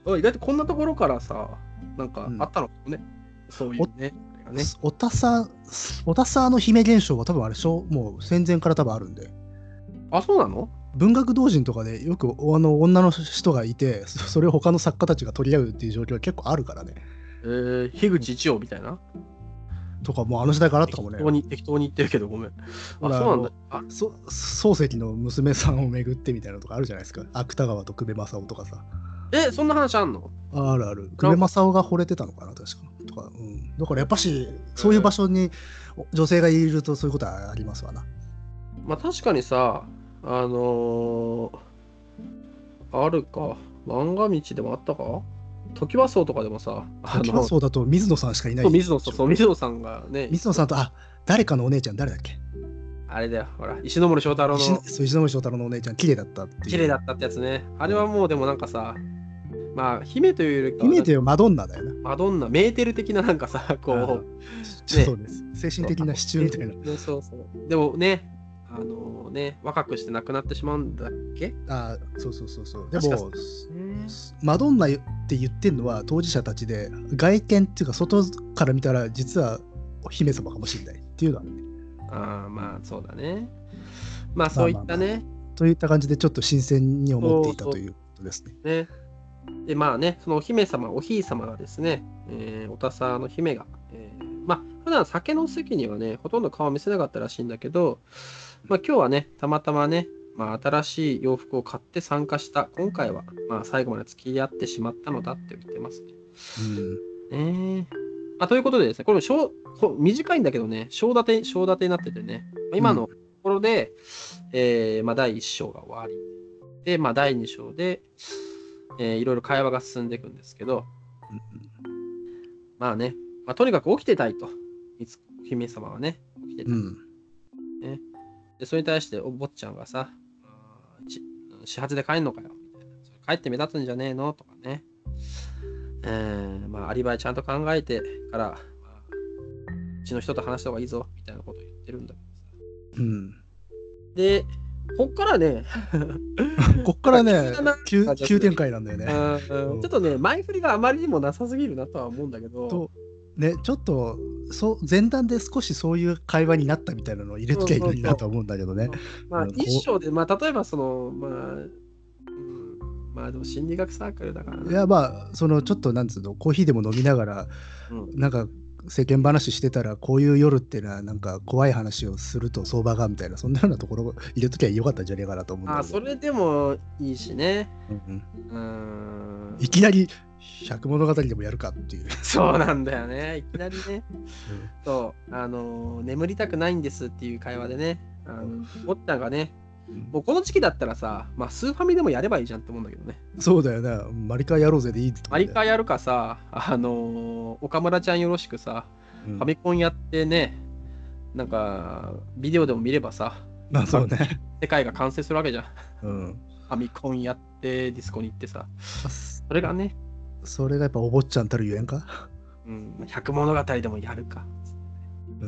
Speaker 1: そうう、意外とこんなところからさなんかあったのかもね、そういうねあれがね
Speaker 2: おたさ、おたさの姫現象は多分あれ、しょもう戦前から多分あるんで、
Speaker 1: あそうなの
Speaker 2: 文学同人とかでよくおあの女の人がいて、そそれを他の作家たちが取り合うっていう状況は結構あるからね。
Speaker 1: えー、樋口一葉みたいな
Speaker 2: とか、もうあの時代からあったかもね
Speaker 1: 適。当に適当に言ってるけどごめんあそう
Speaker 2: ほら
Speaker 1: なんだあ
Speaker 2: そ漱石の娘さんを巡ってみたいなのとかあるじゃないですか。芥川と久米正夫とかさ。
Speaker 1: えそんな話あんの
Speaker 2: あるある。久米正夫が惚れてたのかな、確か。とかうん、だからやっぱし、そういう場所にお女性がいるとそういうことはありますわな。
Speaker 1: まあ確かにさあのー、あるか漫画道でもあったか時はそうとかでもさあ
Speaker 2: 時は
Speaker 1: の
Speaker 2: そうだと水野さんしかいない
Speaker 1: そう水野さんそう水野さんがね
Speaker 2: 水野さんと、あ誰かのお姉ちゃん、誰だっけ
Speaker 1: あれだよほら石ノ森章太郎
Speaker 2: 石
Speaker 1: の
Speaker 2: そう石森章太郎のお姉ちゃん、綺麗だったっていう。
Speaker 1: 綺麗だったってやつねあれはもうでもなんかさまあ姫というよりかは
Speaker 2: 姫というマドンナだよな。
Speaker 1: マドンナメーテル的ななんかさこ
Speaker 2: あ
Speaker 1: う
Speaker 2: ーそうです。精神的な支柱みたいな。
Speaker 1: ねそうそうでもねあのね若くして亡くなってしまうんだっけ
Speaker 2: あーそうそうそうそう。で
Speaker 1: 確か
Speaker 2: も、マドンナって言ってるのは当事者たちで、外見っていうか、外から見たら、実はお姫様かもしれないっていうのは、
Speaker 1: ああまあそうだねまあそういったね、
Speaker 2: といった感じで、ちょっと新鮮に思っていたということですね。
Speaker 1: ね。で、まあね、そのお姫様、おひい様がですね、えーおたさの姫が、えーまあ、普段酒の席にはね、ほとんど顔を見せなかったらしいんだけど、まあ、今日はね、たまたまね、まあ、新しい洋服を買って参加した、今回は、まあ、最後まで付き合ってしまったのだって言ってますね。
Speaker 2: うん
Speaker 1: ねえまあ、ということでですね、これも小こ短いんだけどね、章立て、章立てになっててね、まあ今のところで、えーまあ、第1章が終わり、で、まあ、第2章で、えーいろいろ会話が進んでいくんですけど、まあね、まあ、とにかく起きてたいと、いつ姫様はね、起きてた
Speaker 2: う
Speaker 1: い、
Speaker 2: ん。
Speaker 1: で、それに対してお坊ちゃんがさ、あーち始発で帰んのかよ、みたいな。それ帰って目立つんじゃねえのとかね。えーまあ、アリバイちゃんと考えてから、まあうちの人と話した方がいいぞ、みたいなことを言ってるんだけどさ。
Speaker 2: うん。
Speaker 1: で、こっからね、
Speaker 2: こっから (laughs) ね
Speaker 1: 急ななん、か
Speaker 2: 急
Speaker 1: ちょっと
Speaker 2: 急展開なんだよ
Speaker 1: う
Speaker 2: ね。
Speaker 1: ーんちょっとね、前振りがあまりにもなさすぎるなとは思うんだけど、
Speaker 2: とね、ちょっとそう前段で少しそういう会話になったみたいなのを入れときゃいいのになと思うんだけどね。
Speaker 1: まあ、
Speaker 2: うんこう
Speaker 1: 一章で、まあ、例えばその、まあ、うんまあ、でも心理学サークルだから
Speaker 2: い
Speaker 1: ね。
Speaker 2: やまあそのちょっとなんつうのコーヒーでも飲みながら
Speaker 1: うん
Speaker 2: なんか世間話してたらこういう夜ってのはなんか怖い話をすると相場がみたいなそんなようなところを入れときゃよかったんじゃねえかなと思うんだ
Speaker 1: あ、
Speaker 2: け
Speaker 1: そ
Speaker 2: ど、
Speaker 1: れでもいいしね。
Speaker 2: うんうん
Speaker 1: うーん。
Speaker 2: いきなり「百物語」でもやるかっていう。
Speaker 1: そうなんだよね。いきなりね。そう、あのー眠りたくないんですっていう会話でね、あのおったんがね、もうこの時期だったらさ、まあ、スーファミでもやればいいじゃんって思うんだけどね。
Speaker 2: そうだよな、マリカやろうぜでいいってとこ
Speaker 1: マ
Speaker 2: だよ
Speaker 1: リカやるかさ、あのー岡村ちゃんよろしくさ、
Speaker 2: うん
Speaker 1: ファミコンやってね、なんか、ビデオでも見ればさ、
Speaker 2: まあそうね。
Speaker 1: 世界が完成するわけじゃん。フ
Speaker 2: うん
Speaker 1: ァミコンやって、ディスコに行ってさ、それがね、
Speaker 2: それがやっぱお坊ちゃんたるゆえんか。
Speaker 1: うん、百物語でもやるか。
Speaker 2: うん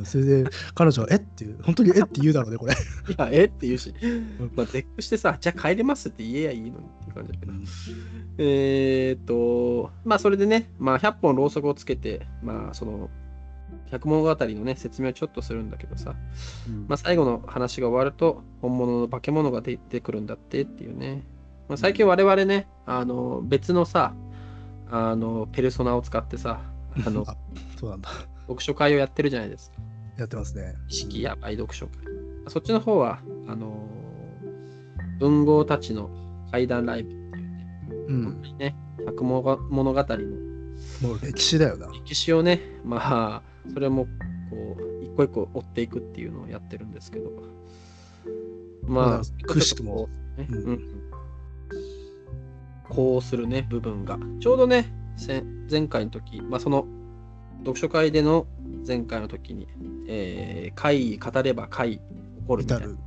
Speaker 2: それで彼女はえっていう、本当にえって言うだろうね、これ。
Speaker 1: いや、えって言うし、まあ、絶句してさ、じゃあ帰れますって言えやいいのにっていう感じだけど。えーっと、まあそれでね、まあ100本ろうそくをつけて、まあその、百物語のね、説明をちょっとするんだけどさ、まあ最後の話が終わると、本物の化け物が出てくるんだってっていうね。まあ、最近我々ね、あの、別のさ、ああのペルソナを使ってさあ
Speaker 2: (laughs)
Speaker 1: の
Speaker 2: あそうなんだ。
Speaker 1: 読書会をやってるじゃないですか
Speaker 2: やってますね。
Speaker 1: 意識や愛読書会そっちの方はあのー文豪たちの怪談ライブっていうね
Speaker 2: うん。
Speaker 1: ね百物語物語の
Speaker 2: もう歴史だよな。
Speaker 1: 歴史をねまあそれもこう一個一個追っていくっていうのをやってるんですけど
Speaker 2: ま
Speaker 1: まあ
Speaker 2: あくしくも
Speaker 1: ね
Speaker 2: うん
Speaker 1: うんこうするね部分がちょうどねせ前回の時、まあ、その読書会での前回の時に「えー、会語れば会起こる」みた
Speaker 2: 至
Speaker 1: いな
Speaker 2: る。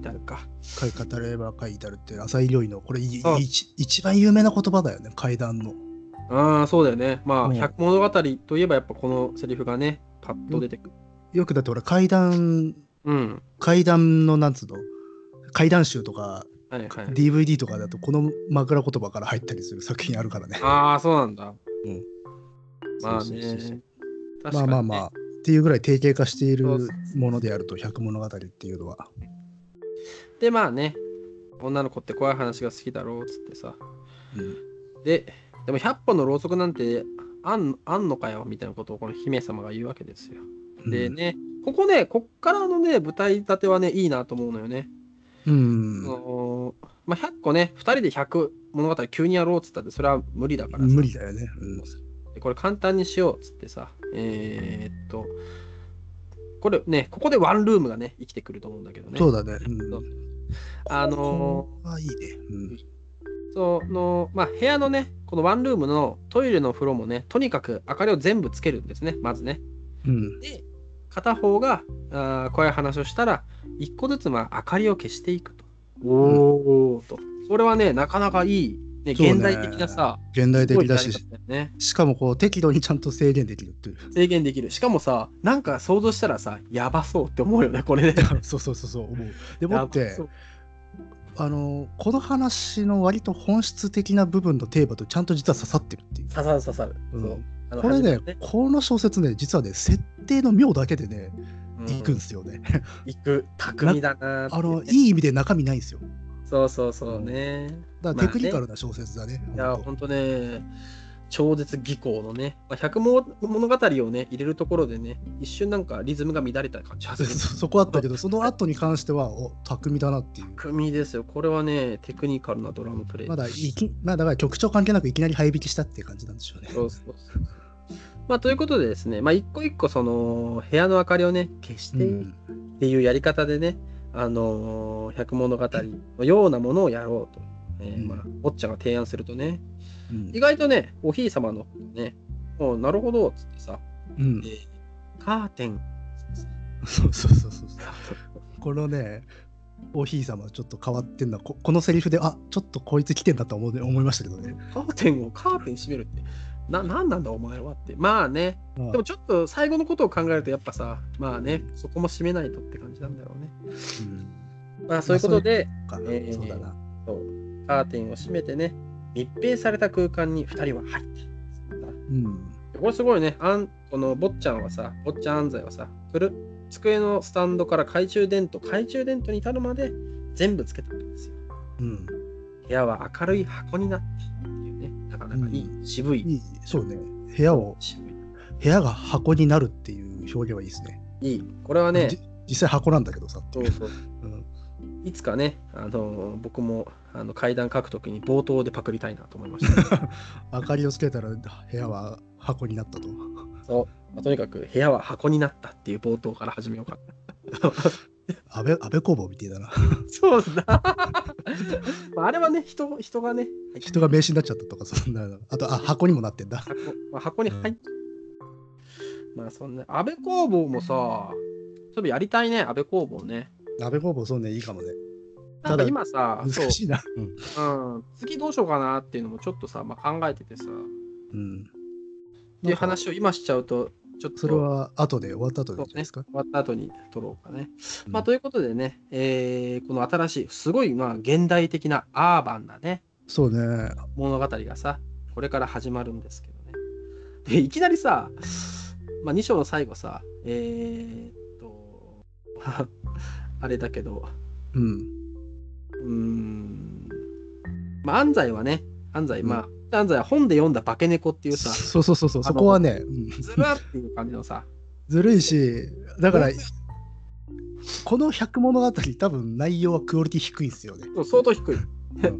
Speaker 1: 至るか
Speaker 2: 会語れば会至るって浅井良医のこれい
Speaker 1: そう
Speaker 2: いち一番有名な言葉だよね怪談の
Speaker 1: ああそうだよねまあ
Speaker 2: う
Speaker 1: 「
Speaker 2: ん
Speaker 1: 百物語」といえばやっぱこのセリフがねパッと出てくる
Speaker 2: よくだって俺怪談
Speaker 1: うん
Speaker 2: 怪談のなんつうの怪談集とか
Speaker 1: はいはい
Speaker 2: DVD とかだとこの枕言葉から入ったりする作品あるからね
Speaker 1: ああそうなんだまあ
Speaker 2: そうそうそうそう
Speaker 1: ね確
Speaker 2: ま
Speaker 1: か
Speaker 2: あ
Speaker 1: にね
Speaker 2: まあまあっていうぐらい定型化している
Speaker 1: そうそう
Speaker 2: ものであると百物語っていうのは
Speaker 1: でまあね女の子って怖い話が好きだろうっつってさ
Speaker 2: うん
Speaker 1: ででも100本のろうそくなんてあんあんのかよみたいなことをこの姫様が言うわけですよでね、ここねこっからのね舞台立てはねいいなと思うのよね、
Speaker 2: うん
Speaker 1: あのーまあ、100個ね2人で100物語急にやろうっつったってそれは無理だからさ
Speaker 2: 無理だよねうん
Speaker 1: でこれ簡単にしようっつってさえーっとこれねここでワンルームがね生きてくると思うんだけどね
Speaker 2: そうだねうん
Speaker 1: そうあのー
Speaker 2: あいいねうん
Speaker 1: そのまあ、部屋のね、このワンルームのトイレの風呂もね、とにかく明かりを全部つけるんですね、まずね。
Speaker 2: うん
Speaker 1: で、片方があー怖い話をしたら、一個ずつまあ明かりを消していくと。おおと。それはね、なかなかいい、ね、
Speaker 2: そうね
Speaker 1: 現代的なさ、
Speaker 2: 現代
Speaker 1: すごいや
Speaker 2: 的だ
Speaker 1: り
Speaker 2: し
Speaker 1: 方だよね、
Speaker 2: しかもこう適度にちゃんと制限できるっていう
Speaker 1: 制限できる。しかもさ、なんか想像したらさ、やばそうって思うよね、これね。
Speaker 2: (laughs) そうそうそうそう思う。でも
Speaker 1: やば
Speaker 2: って
Speaker 1: そう
Speaker 2: あのこの話の割と本質的な部分のテーマとちゃんと実は刺さってるっていう。
Speaker 1: 刺さる刺さる。
Speaker 2: うん
Speaker 1: そうあの
Speaker 2: これね
Speaker 1: 初めて
Speaker 2: この小説ね実はね設定の妙だけでね
Speaker 1: うん
Speaker 2: いくんですよね。
Speaker 1: 行く。巧みだなーって
Speaker 2: あの
Speaker 1: ね
Speaker 2: いい意味で中身ないんですよ。
Speaker 1: そうそうそうね。
Speaker 2: だからテクニカルな小説だね。
Speaker 1: いや、
Speaker 2: ほんと
Speaker 1: ほんとね、超絶技巧のね、まあ、百物物語をね、入れるところでね、一瞬なんかリズムが乱れた感じがす
Speaker 2: (laughs) そ
Speaker 1: る。
Speaker 2: そこあったけどその後に関してはお巧みだなっていう。
Speaker 1: 組ですよ。これはね、テクニカルなドラムプレイ。
Speaker 2: まだいきまあだから曲調関係なくいきなり配引きしたっていう感じなんでしょうね。
Speaker 1: そうそうそう。まあ、ということでですね、まあ、一個一個、その、部屋の明かりをね、消し
Speaker 2: う
Speaker 1: て
Speaker 2: ん
Speaker 1: っていうやり方でね、あのー百物語のようなものをやろうと、えー
Speaker 2: うん
Speaker 1: まあ、坊っちゃんが提案するとね、
Speaker 2: うん
Speaker 1: 意外とね、おひい様のね、おうなるほど、つってさ、
Speaker 2: うん
Speaker 1: えーカーテン
Speaker 2: (laughs) そうそうそうそう。このね、おひい様ちょっと変わってんな。ここのセリフで、あちょっとこいつ来てんだと思う思いましたけどね。
Speaker 1: カーテンをカーテン閉めるって、な、なんなんだお前はって。まあね、
Speaker 2: まあ
Speaker 1: でもちょっと最後のことを考えると、やっぱさ、まあね、そこも閉めないとって感じなんだろうね。
Speaker 2: うん
Speaker 1: まあそういうことで、
Speaker 2: かな
Speaker 1: えー
Speaker 2: そうだな。
Speaker 1: そうカーテンを閉めてね、密閉された空間に2人は入って。
Speaker 2: うん。
Speaker 1: これすごいね、あんこの坊っちゃんはさ、坊っちゃん安西はさ、くる机のスタンドから懐中電灯、懐中電灯に至るまで全部つけたんですよ。
Speaker 2: うん。
Speaker 1: 部屋は明るい箱になってっていうね、なかなかいい、渋い、
Speaker 2: いい、そうね。部屋を、
Speaker 1: 渋い。
Speaker 2: 部屋が箱になるっていう表現はいいですね。
Speaker 1: いい。これはね、
Speaker 2: じ実際箱なんだけどさ。
Speaker 1: そうそう
Speaker 2: うん
Speaker 1: いつかね、あのー僕もあの階段書くときに冒頭でパクりたいなと思いま
Speaker 2: (laughs)
Speaker 1: した。
Speaker 2: 明かりをつけたら部屋は箱になったと。
Speaker 1: そうまあとにかく部屋は箱になったっていう冒頭から始めようかな。
Speaker 2: 安倍安倍工房みたいだな。
Speaker 1: そうだ。 (laughs) まああれはね、人人がね、入って
Speaker 2: 人が名刺になっちゃったとか、そんなの。あと、あ、箱にもなってんだ。
Speaker 1: 箱,、まあ、箱に入っまあそんな、安倍工房もさ、ちょっとやりたいね、安倍工房ね。
Speaker 2: 安倍工房、そうね、いいかもね。
Speaker 1: なん
Speaker 2: た
Speaker 1: か
Speaker 2: だ
Speaker 1: 今さ、
Speaker 2: 難しいな。うん
Speaker 1: そううん、次どうしようかなっていうのもちょっとさ、まあ、考えててさ、っ
Speaker 2: うん。
Speaker 1: ていう話を今しちゃうと、ちょっと
Speaker 2: それは後で終わった後
Speaker 1: そ
Speaker 2: で
Speaker 1: う
Speaker 2: いい
Speaker 1: ね、
Speaker 2: です
Speaker 1: 終
Speaker 2: か、
Speaker 1: わった後に撮ろうかね。
Speaker 2: うん
Speaker 1: まあ、ということでね、えーこの新しい、すごい、まあ、現代的なアーバンなね、
Speaker 2: そうね。
Speaker 1: 物語がさ、これから始まるんですけどね。で、いきなりさ、まあ、2章の最後さ、えー、っと、 (laughs) あれだけど、
Speaker 2: うん。
Speaker 1: うーん、まあ、安西はね、安西、まあ、なんざ本で読んだ化け猫って
Speaker 2: (laughs)
Speaker 1: いうさ、
Speaker 2: そうそうそうそうそこはね、うん
Speaker 1: ずるっていう感じのさ、
Speaker 2: ずるいしだから
Speaker 1: ずる
Speaker 2: この「百物語」多分内容はクオリティ低いんですよね。
Speaker 1: もう相当低い。
Speaker 2: ん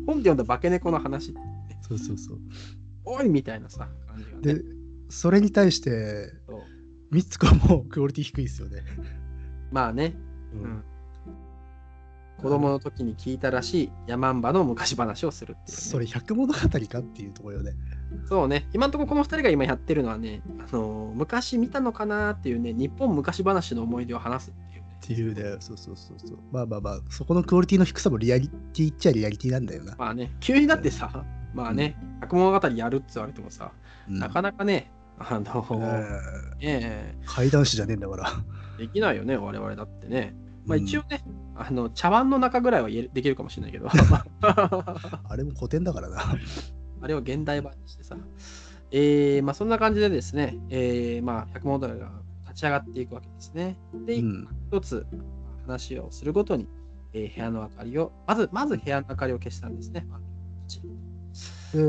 Speaker 1: 本で読んだ化け猫の話、
Speaker 2: そうそうそう
Speaker 1: おいみたいなさ、感じがね
Speaker 2: で。それに対して
Speaker 1: そう
Speaker 2: 三つ子もクオリティ低いですよね。
Speaker 1: まあね、
Speaker 2: う
Speaker 1: うん、子供の時に聞いたらしい山んばの昔話をするっていうね、
Speaker 2: それ百物語かっていうところよね。
Speaker 1: そうね今んとここの2人が今やってるのはね、あのー昔見たのかなっていうね日本昔話の思い出を話すっていうね
Speaker 2: っていうね、そうそうそうそう。まあまあまあ、そこのクオリティの低さもリアリティっちゃリアリティなんだよな。
Speaker 1: まあね急にだってさまあね「百物語」やるって言われてもさ、
Speaker 2: うん
Speaker 1: なかなかねあのーね
Speaker 2: え
Speaker 1: え
Speaker 2: ー怪談師じゃねえんだから。
Speaker 1: できないよね我々だってねまあ一応ね、あの茶碗の中ぐらいは言えるできるかもしれない
Speaker 2: (laughs)
Speaker 1: けど
Speaker 2: うんあれも古典だから (laughs) な。
Speaker 1: あれを現代版にしてさ。えー、まあそんな感じでですね、えー、まあ百物語が立ち上がっていくわけですね。で、
Speaker 2: うん
Speaker 1: 一つ話をするごとに、えー部屋の明かりを、まず、まず部屋の明かりを消したんですね。
Speaker 2: で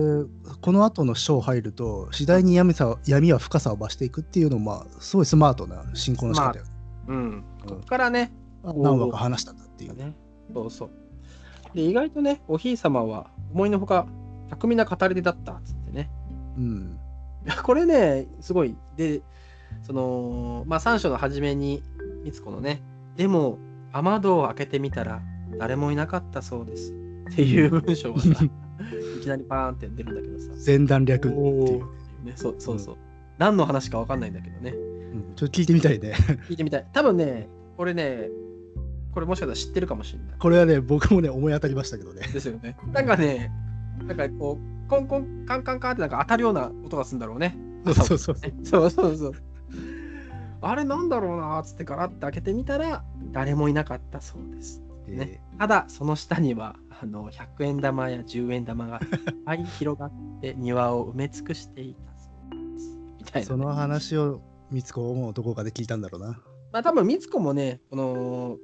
Speaker 2: この後の章入ると次第に闇さ闇は深さを増していくっていうのもまあすごいスマートな進行の仕方よ、
Speaker 1: うん。こっからね、
Speaker 2: あ何話か話したんだっていうね
Speaker 1: ねそうそう。で、意外とね、おひい様は思いのほか巧みな語り手だったっつってね。
Speaker 2: うん
Speaker 1: い (laughs) やこれねすごいでそのまあ3章の初めにみつこのね「でも雨戸を開けてみたら誰もいなかったそうです」っていう文章がさ (laughs) いきなりパーンって出るんだけどさ
Speaker 2: 前段略ってい
Speaker 1: お
Speaker 2: う、
Speaker 1: ね、そうそうそう、何の話かわかんないんだけどね
Speaker 2: うんちょっと聞いてみたいね
Speaker 1: 聞いてみたい多分ねこれねこれもしかしたら知ってるかもしれない
Speaker 2: これはね僕もね思い当たりましたけど (laughs) ね
Speaker 1: ですよねなんかねなんかこうコンコンカンカンカンってなんか当たるような音がするんだろうね
Speaker 2: そうそうそう
Speaker 1: そうそうそう。あれなんだろうなーっつってガラッと開けてみたら誰もいなかったそうです。ねただその下にはあの100円玉や10円玉がいっぱい広がって庭を埋め尽くしていたそうです。みた
Speaker 2: え
Speaker 1: い
Speaker 2: ー
Speaker 1: な。
Speaker 2: その話を三つ子もどこかで聞いたんだろうな、
Speaker 1: まあ多分みつこもねこの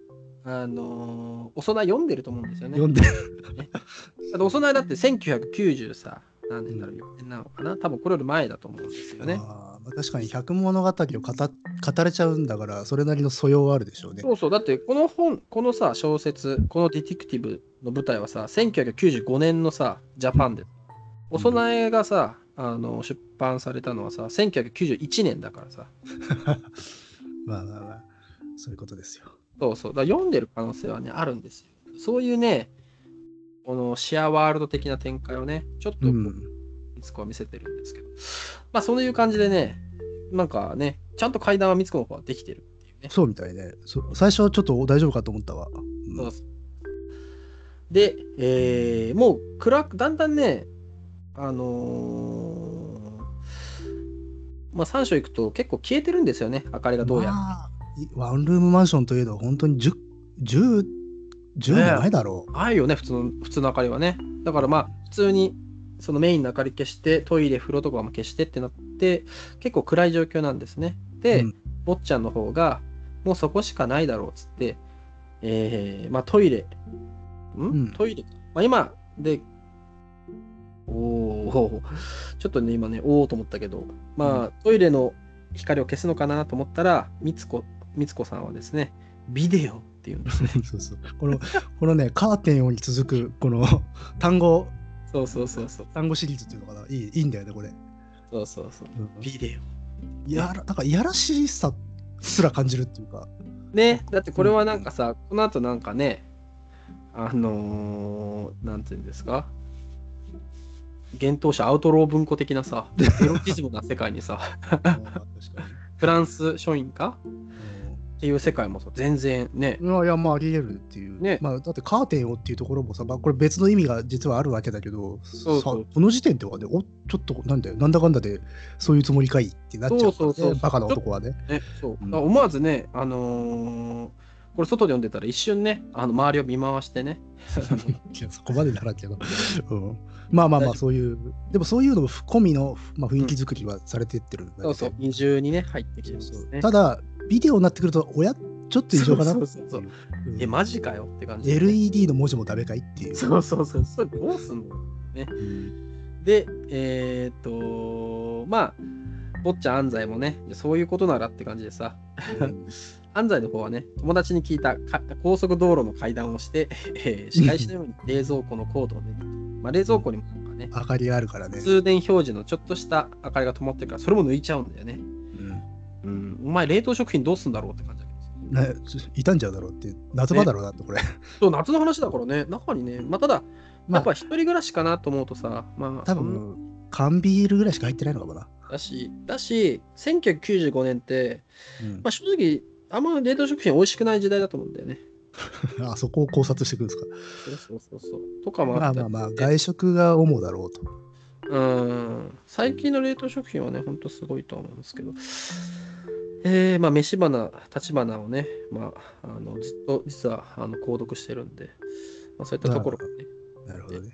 Speaker 1: あのお供え読んでると思うんですよね。
Speaker 2: 読んで
Speaker 1: だってお供えだって1990さ何年だろう4年なのかな多分これより前だと思うんですよね。
Speaker 2: あーまあ確かに「百物語」を語っ語れちゃうんだからそれなりの素養はあるでしょうね
Speaker 1: そうそう、だってこの本、このさ、小説、このディティクティブの舞台はさ、1995年のさ、ジャパンで。お供えがさ、あの出版されたのはさ、1991年だからさ、
Speaker 2: まあまあまあそういうことですよ
Speaker 1: そうそう、だから読んでる可能性はね、あるんですよ。そういうね、このシェアワールド的な展開をね、ちょっとこう、ミツコは見せてるんですけど、まあそういう感じでね、なんかね、ちゃんと階段はミツコの方はできてるっていうね。
Speaker 2: そうみたいね。そ最初はちょっとお大丈夫かと思ったわ。うん
Speaker 1: そうそうで、えーもう暗く、だんだんね、あのーまあ3章行くと結構消えてるんですよね、明かりがどうやら。
Speaker 2: まあいワンルームマンションといえど、本当に10、10、10
Speaker 1: ねえ
Speaker 2: 年前だろう。
Speaker 1: ないよね、普通の、普通の明かりはね。だからまあ、普通に、そのメインの明かり消して、トイレ、風呂とかも消してってなって、結構暗い状況なんですね。で、
Speaker 2: うん
Speaker 1: 坊っちゃんの方が、もうそこしかないだろうっつって、えーまあトイレ、ん、
Speaker 2: うん
Speaker 1: トイレか。まあ今、で、おおちょっとね、今ね、おおと思ったけど、まあ、トイレの光を消すのかなと思ったら、みつこ、みつこさんはですね、ビデオっていうん
Speaker 2: (laughs)
Speaker 1: ですね。
Speaker 2: そうそう。この、このね、カーテンに続く、この単語、
Speaker 1: そうそうそうそう。
Speaker 2: 単語シリーズっていうのかな。いいいいんだよね、これ。
Speaker 1: そうそうそう。ビデ
Speaker 2: やら、だから、いやらしさすら感じるっていうか。
Speaker 1: オ。ね、だってこれはなんかさ、この後なんかね、あのー、なんていうんですか、幻冬者アウトロー文庫的な (laughs) さ、エロティズムな世界にさ、
Speaker 2: あー確か
Speaker 1: フランス書院か
Speaker 2: に
Speaker 1: っていう世界もさ、全然ね、
Speaker 2: うんいやいや、まあ、あり得るっていう。
Speaker 1: ね
Speaker 2: まあ、だってカーテンをっていうところもさ、まあ、これ別の意味が実はあるわけだけど、
Speaker 1: そうそう
Speaker 2: さこの時点ではね、おちょっとなんだよ、なんだかんだで、そういうつもりかいってなっちゃうから
Speaker 1: そ
Speaker 2: ね、
Speaker 1: うそうそう
Speaker 2: バカな男はね。
Speaker 1: ねそう
Speaker 2: うん
Speaker 1: だから思わずね、あのーこれ外で読んでたら一瞬ね、あの周りを見回してね、
Speaker 2: いや (laughs) そこまでならんけど、うん、まあまあ
Speaker 1: 大丈
Speaker 2: ま
Speaker 1: 夫
Speaker 2: あ、そういう、でもそういうのも込みの、まあ、雰囲気作りはされてってるんだけど
Speaker 1: そうそう、二重にね、入ってきてますね。
Speaker 2: ただ、ビデオになってくると、おやちょっと異常かな
Speaker 1: そうそうそうそう
Speaker 2: うん
Speaker 1: え、マジかよって感じでね、
Speaker 2: LED の文字もダメかいっていう。
Speaker 1: そうそうそう、それどうすんの
Speaker 2: うん
Speaker 1: で、えーっと、まあ、坊ちゃん安西もね、そういうことならって感じでさ、安西の方はね、友達に聞いたか高速道路の階段をして、 (laughs) えー、仕返しのように冷蔵庫のコードを脱
Speaker 2: (laughs)
Speaker 1: ぐと。まあ、冷蔵庫にもなんかね、
Speaker 2: 明かりがあるからね。
Speaker 1: 通電表示のちょっとした明かりが灯ってるから、それも抜いちゃうんだよね。
Speaker 2: うん
Speaker 1: うん、お前、冷凍食品どうすんだろうって感じだけどさ。
Speaker 2: ね、傷んじゃうだろうって、夏場だろうなって、これ。
Speaker 1: そう夏の話だからね、中にね、まあ、ただ、や
Speaker 2: まあ
Speaker 1: っぱ一人暮らしかなと思うとさ、まあ、
Speaker 2: 多
Speaker 1: そん
Speaker 2: 分、缶ビールぐらいしか入ってないのかもな。
Speaker 1: だし、だし、1995年って、
Speaker 2: うん
Speaker 1: まあ、正直、あんま冷凍食品美味しくない時代だと思うんだよね。
Speaker 2: あそこを考察していくんですか。
Speaker 1: そうそうそうそう。とかも
Speaker 2: ま
Speaker 1: あ
Speaker 2: あ
Speaker 1: った
Speaker 2: まあ
Speaker 1: り
Speaker 2: まあ、外食が主だろうと。
Speaker 1: うん。最近の冷凍食品はね、ほんとすごいと思うんですけど。えー、まあ、飯花、立ち花をね、まあ、あのずっと実はあの購読してるんで、まあ、そういったところがね、
Speaker 2: なるほどね。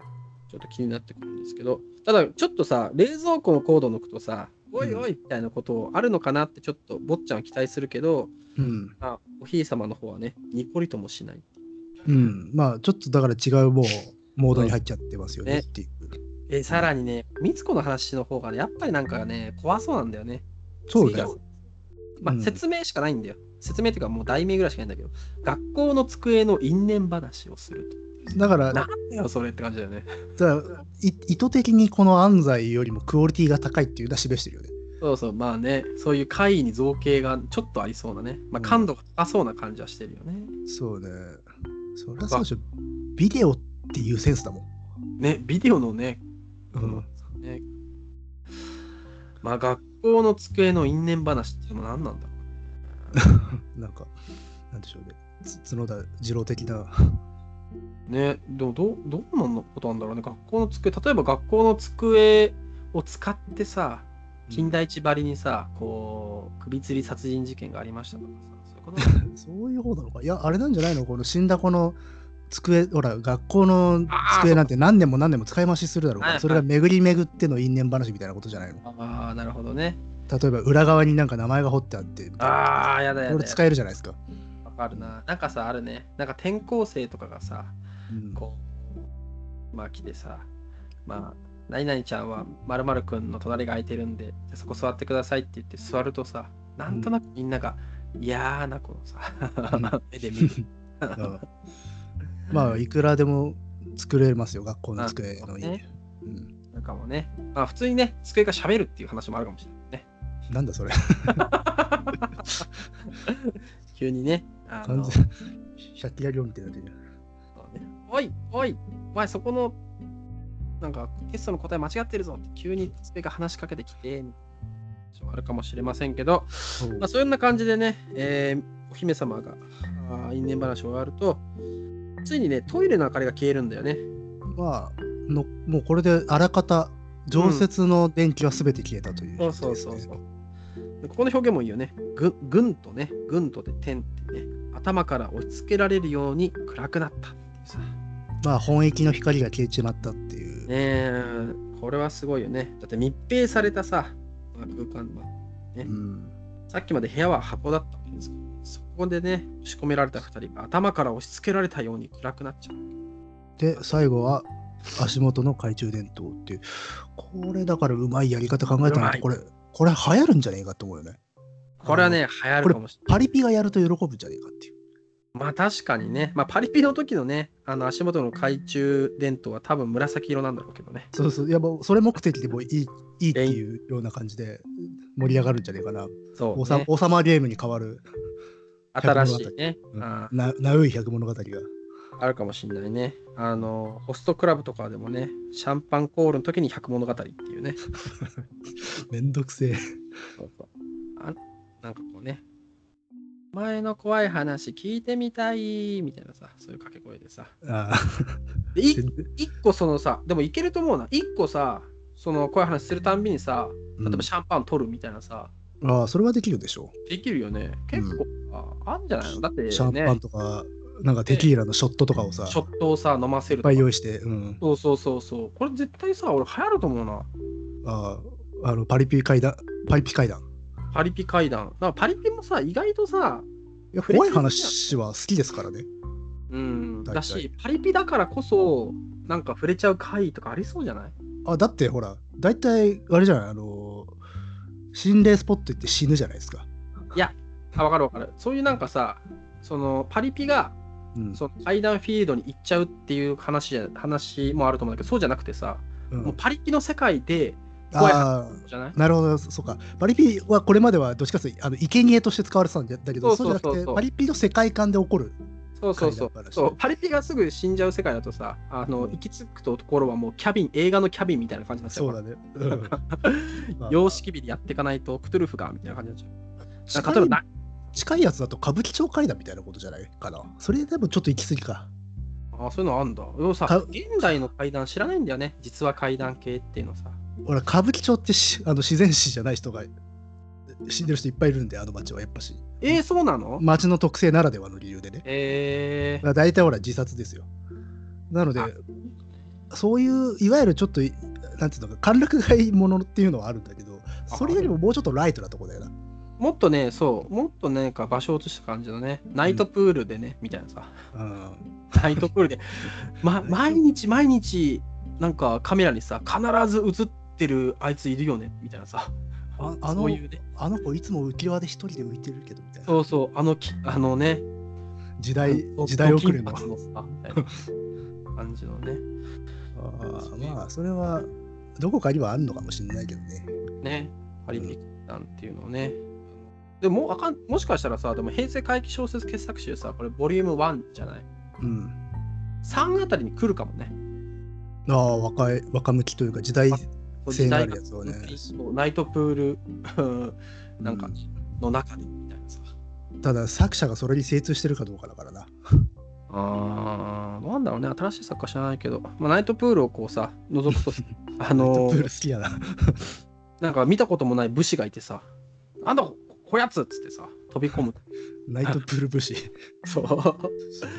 Speaker 1: ちょっと気になってくるんですけど、ただちょっとさ、冷蔵庫のコード抜くとさ、おいおいみたいなことあるのかなってちょっと坊ちゃんは期待するけど、
Speaker 2: うん。
Speaker 1: まあ、おひいさまの方はね、ニコリともしない。
Speaker 2: うん。まあ、ちょっとだから違うもう、モードに入っちゃってますよね
Speaker 1: ね
Speaker 2: っていう。
Speaker 1: えさらにね、みつこの話の方がね、やっぱりなんかね、怖そうなんだよね。
Speaker 2: そうだよ。
Speaker 1: 次まあ、
Speaker 2: うん
Speaker 1: 説明しかないんだよ。説明っていうかもう題名ぐらいしかないんだけど、学校の机の因縁話をすると。
Speaker 2: だから、
Speaker 1: な
Speaker 2: だか
Speaker 1: んだよ、それって感じだよね。
Speaker 2: らい意図的にこの安西よりもクオリティが高いっていうのは示してるよね。
Speaker 1: そうそう、まあね、そういう怪異に造形がちょっとありそうなね、まあ、感度が高そうな感じはしてるよね。
Speaker 2: そうね。そりゃそうでしょ。ビデオっていうセンスだもん。
Speaker 1: ね、ビデオのね、
Speaker 2: うん。
Speaker 1: ねまあ学校の机の因縁話っていうのは何なんだろ
Speaker 2: なんか、なんでしょうね。つ角田二郎的な。
Speaker 1: うね。でもどう、どうなんのことなんだろうね。学校の机、例えば学校の机を使ってさ、近代一張りにさ、こう、首吊り殺人事件がありましたとかさ、そういうことなん (laughs) だろう
Speaker 2: そういう方なのかいや、あれなんじゃないのこの死んだ子の机、ほら、学校の
Speaker 1: あー
Speaker 2: 机なんて何年も何年も使い回しするだろうか
Speaker 1: は
Speaker 2: ら、
Speaker 1: い
Speaker 2: それが巡り巡っての因縁話みたいなことじゃないの
Speaker 1: ああ、なるほどね。
Speaker 2: 例えば裏側になんか名前が彫ってあって、
Speaker 1: ああ、やだやだ
Speaker 2: これ
Speaker 1: や
Speaker 2: 使
Speaker 1: だ。
Speaker 2: えるじゃないですか。
Speaker 1: わかるな。なんかさ、あるね。なんか転校生とかがさ、
Speaker 2: うん
Speaker 1: こう、まあ来てさ、まあ、何々ちゃんは〇〇くんの隣が空いてるんで、じゃあそこ座ってくださいって言って座るとさ、なんとなくみんなが嫌なこのさ、 (laughs) 目で見る。
Speaker 2: うんまあ、いくらでも作れますよ、学校の机の因
Speaker 1: な
Speaker 2: 縁
Speaker 1: る。
Speaker 2: うん
Speaker 1: なんかもうね、まあ普通にね、机が喋るっていう話もあるかもしれないね。
Speaker 2: なんだそれ
Speaker 1: 急にね、あ
Speaker 2: 完
Speaker 1: の、そ
Speaker 2: 全シャキやりょみたいになって (laughs) る
Speaker 1: うねおい、おい、お前そこの、なんかテストの答え間違ってるぞって急に机が話しかけてきて、みたいな話もあるかもしれませんけど、
Speaker 2: そう
Speaker 1: まあ、そんな感じでね、えーお姫様があー因縁話を終わると、ついにね、トイレの明かりが消えるんだよね。
Speaker 2: まあのもうこれであらかた常設の電気は全て消えたという、
Speaker 1: そうそうそうそう。でここの表現もいいよね。ぐぐんとね、ぐんとで点ってね、頭から押し付けられるように暗くなったっていうさ。ね
Speaker 2: まあ本域の光が消えちまったっていう、
Speaker 1: えこれはすごいよね。だって密閉されたさ、まあ空間は、
Speaker 2: うん、
Speaker 1: さっきまで部屋は箱だったんですけど、そこでね、押し込められた2人が頭から押し付けられたように暗くなっちゃう。
Speaker 2: で最後は足元の懐中電灯っていうこれだからうまいやり方考えた
Speaker 1: う
Speaker 2: な
Speaker 1: まい
Speaker 2: これこれ流行るんじゃねえかと思うよね
Speaker 1: これはね、流行るかもしれない。
Speaker 2: パリピがやると喜ぶんじゃねえかっていう
Speaker 1: まあ確かにね、まあ、パリピの時のね、あの足元の懐中電灯は多分紫色なんだろうけどね。
Speaker 2: そうそういやもうそれ目的でもいいいいっていうような感じで盛り上がるんじゃねえかな、
Speaker 1: そう、
Speaker 2: 王様
Speaker 1: ね、
Speaker 2: 王様ゲームに変わる
Speaker 1: 新しいね、
Speaker 2: うん
Speaker 1: あ
Speaker 2: なナウイ百物語が
Speaker 1: ーあるかもしれないね。あの、ホストクラブとかでもね、シャンパンコールの時に百物語っていうね。
Speaker 2: めんどくせえ
Speaker 1: そうそうあなんかこうね、お前の怖い話聞いてみたいみたいなさ、そういう掛け声でさ。
Speaker 2: ああ
Speaker 1: で、い一個そのさ、でもいけると思うな。一個さ、その怖い話するたんびにさ、例えばシャンパン取るみたいなさ、
Speaker 2: ああ、それはできるでしょ
Speaker 1: できるよね。結構、ああんじゃないのだってね、
Speaker 2: う。
Speaker 1: シ
Speaker 2: シャンパン
Speaker 1: ョ
Speaker 2: とか、なんかテキーラのショットとかをさ、いっ
Speaker 1: ットをさ、飲ませると
Speaker 2: ぱ
Speaker 1: か
Speaker 2: い。用意して、うん。
Speaker 1: そうそうそうそう。これ絶対さ、俺流行ると思うな。
Speaker 2: ああ、あの、パリピ階段、パリピ階段。
Speaker 1: パリピ階段。だからパリピもさ、意外とさ、
Speaker 2: いや、
Speaker 1: 触れ
Speaker 2: 怖
Speaker 1: て
Speaker 2: い
Speaker 1: る
Speaker 2: 話は好きですからね。
Speaker 1: うん、
Speaker 2: 大体
Speaker 1: だし、パリピだからこそ、なんか触れちゃう怪異とかありそうじゃない
Speaker 2: あだってほら大体あれじゃないあの心霊スポット行って死ぬじゃないですか、
Speaker 1: あ、わかるわかる。そういうなんかさ、そのパリピが
Speaker 2: うん
Speaker 1: その階段フィールドに行っちゃうっていう話じゃ話もあると思うんだけど、そうじゃなくてさ、
Speaker 2: うん
Speaker 1: もうパリピの世界で怖い話
Speaker 2: ああ
Speaker 1: じゃない
Speaker 2: なるほどそうかパリピはこれまではどっちかというとあの生贄として使われてたんだけど
Speaker 1: そうそうそうそう
Speaker 2: じゃなくてパリピの世界観で起こる
Speaker 1: そうそうそう
Speaker 2: 階段話
Speaker 1: そう。パリピがすぐ死んじゃう世界だとさ、あの行き着くところはもうキャビン、映画のキャビンみたいな感じになっちゃう
Speaker 2: そう
Speaker 1: から
Speaker 2: だね、 (laughs) うん、まあ
Speaker 1: 様式美でやっていかないとクトゥルフがみたいな感じになっちゃう。
Speaker 2: 近
Speaker 1: 例えば
Speaker 2: い
Speaker 1: な、
Speaker 2: 近いやつだと歌舞伎町階段みたいなことじゃないかなそれでもちょっと行き過ぎか
Speaker 1: あそういうのあんだ。でもさ
Speaker 2: か、
Speaker 1: 現代の階段知らないんだよね。実は階段系っていうのさ。
Speaker 2: 俺歌舞伎町ってしあの自然死じゃない人が死んでる人いっぱいいるんであの町はやっぱし
Speaker 1: えー、そうなの、
Speaker 2: 町の特性ならではの理由でね
Speaker 1: えー
Speaker 2: だから大体ほら自殺ですよなので
Speaker 1: あ
Speaker 2: そういういわゆるちょっといなんていうのか歓楽街ものっていうのはあるんだけどそれよりももうちょっとライトなとこだよな
Speaker 1: もっとね、そう、もっとねなんか場所を移した感じのね、ナイトプールでね、みたいなさ、
Speaker 2: うん
Speaker 1: ナイトプールで、
Speaker 2: (laughs)
Speaker 1: ま、毎日毎日、なんかカメラにさ、必ず映ってるあいついるよね、みたいなさ、
Speaker 2: ああの
Speaker 1: そういうね、
Speaker 2: あの子いつも浮き輪で一人で浮いてるけどみたいな
Speaker 1: そうそう、あのき、あのね、
Speaker 2: 時代
Speaker 1: ド
Speaker 2: 時代遅れ
Speaker 1: ド
Speaker 2: の
Speaker 1: 金髪のさ、みたいな感じのね。
Speaker 2: ああまあそれはどこかにはあるのかもしれないけどね
Speaker 1: ね、パリピなんていうのをね。でも、あかん、もしかしたらさ、でも平成怪奇小説傑作集さ、これボリューム1じゃない
Speaker 2: うん
Speaker 1: ?3 あたりに来るかもね。
Speaker 2: ああ若い若向きというか時代性があるや
Speaker 1: 時
Speaker 2: つをね
Speaker 1: 代がそうナイトプールうんなんか
Speaker 2: うん
Speaker 1: の中でみたいなさ。
Speaker 2: ただ作者がそれに精通してるかどうかだからな
Speaker 1: あーどうなんだろうね、新しい作家知らないけど、まあ、ナイトプールをこうさ、覗くと、 (laughs) あ
Speaker 2: ナイト
Speaker 1: の
Speaker 2: プール好きやな
Speaker 1: なんか見たこともない武士がいてさ、あんた、ここやつっつってさ、飛び込む。
Speaker 2: ナイトプール武士す
Speaker 1: (laughs) そう。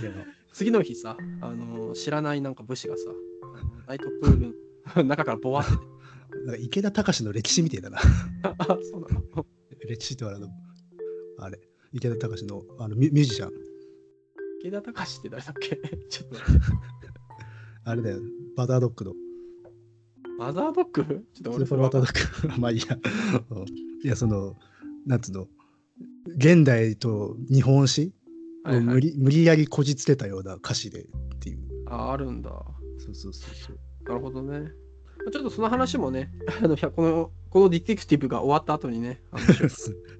Speaker 2: げえな
Speaker 1: 次の日さ、あのー知らないなんか武士がさ、あのナイトプール (laughs) の中からボワって出て。
Speaker 2: なんか池田隆の歴史みたいだな (laughs)
Speaker 1: あ、そうなの
Speaker 2: 歴史ってあのあれ池田隆のあのミュミュージシャン
Speaker 1: 池田隆って誰だっけ (laughs) ちょっと、
Speaker 2: あれだよバタードッグの
Speaker 1: マザードッグちょっと
Speaker 2: ス
Speaker 1: 俺
Speaker 2: ー
Speaker 1: そ
Speaker 2: パー
Speaker 1: れ
Speaker 2: バ
Speaker 1: わ
Speaker 2: タ
Speaker 1: か
Speaker 2: ー
Speaker 1: んない
Speaker 2: ドッグ (laughs) まあいいやうんいやそのなんつうの現代と日本史を
Speaker 1: はいはい
Speaker 2: 無理,、無理やりこじつけたような歌詞でっていう (laughs)
Speaker 1: あ、あるんだ。
Speaker 2: そうそうそうそう
Speaker 1: なるほどね。ちょっとその話もね、 (laughs) あのいやこの、このディテクティブが終わった後にね、
Speaker 2: (laughs)
Speaker 1: あの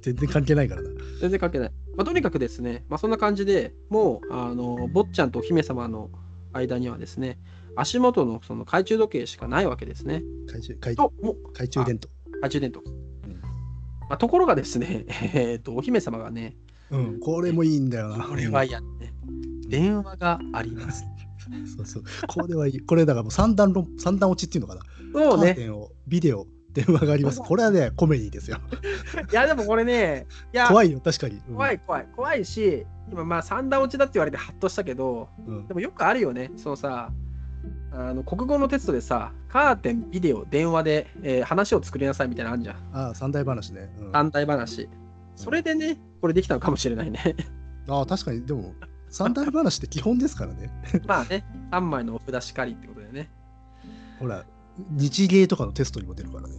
Speaker 2: 全然関係ないからな
Speaker 1: 全然関係ない。まあ、とにかくですね、まあ、そんな感じでもう、あの、坊ちゃんとお姫様の間にはですね、足元のその懐中時計しかないわけですね。
Speaker 2: 懐中懐
Speaker 1: と、もう
Speaker 2: 懐中電灯
Speaker 1: 懐中電灯。
Speaker 2: ん
Speaker 1: まあ、ところがですね、 (laughs) えー、とお姫様がね、
Speaker 2: うんこれもいいんだよな
Speaker 1: これはやって、電話があります。
Speaker 2: そうそうこれはいいこれだからもう三段論三段落ちっていうのかな
Speaker 1: そう
Speaker 2: カーテ
Speaker 1: ね、
Speaker 2: ンをビデオ電話がありますこれはねコメディですよ
Speaker 1: いやでもこれね、いや
Speaker 2: 怖
Speaker 1: い
Speaker 2: いよ確かに、うん
Speaker 1: 怖い怖い怖いし、今まあ三段落ちだって言われてハッとしたけど、
Speaker 2: うん
Speaker 1: でもよくあるよね、そのさ、あの国語のテストでさ、カーテン、ビデオ、電話で、えー話を作りなさいみたいなのあるじゃん、
Speaker 2: ああ三大話ね、うん
Speaker 1: 三大話。それでね、これできたのかもしれないね。 (laughs)
Speaker 2: ああ確かにでも三大話って基本ですからね
Speaker 1: まあね、3枚のお札しかりってことでね。
Speaker 2: ほら日芸とかのテストにも出るからね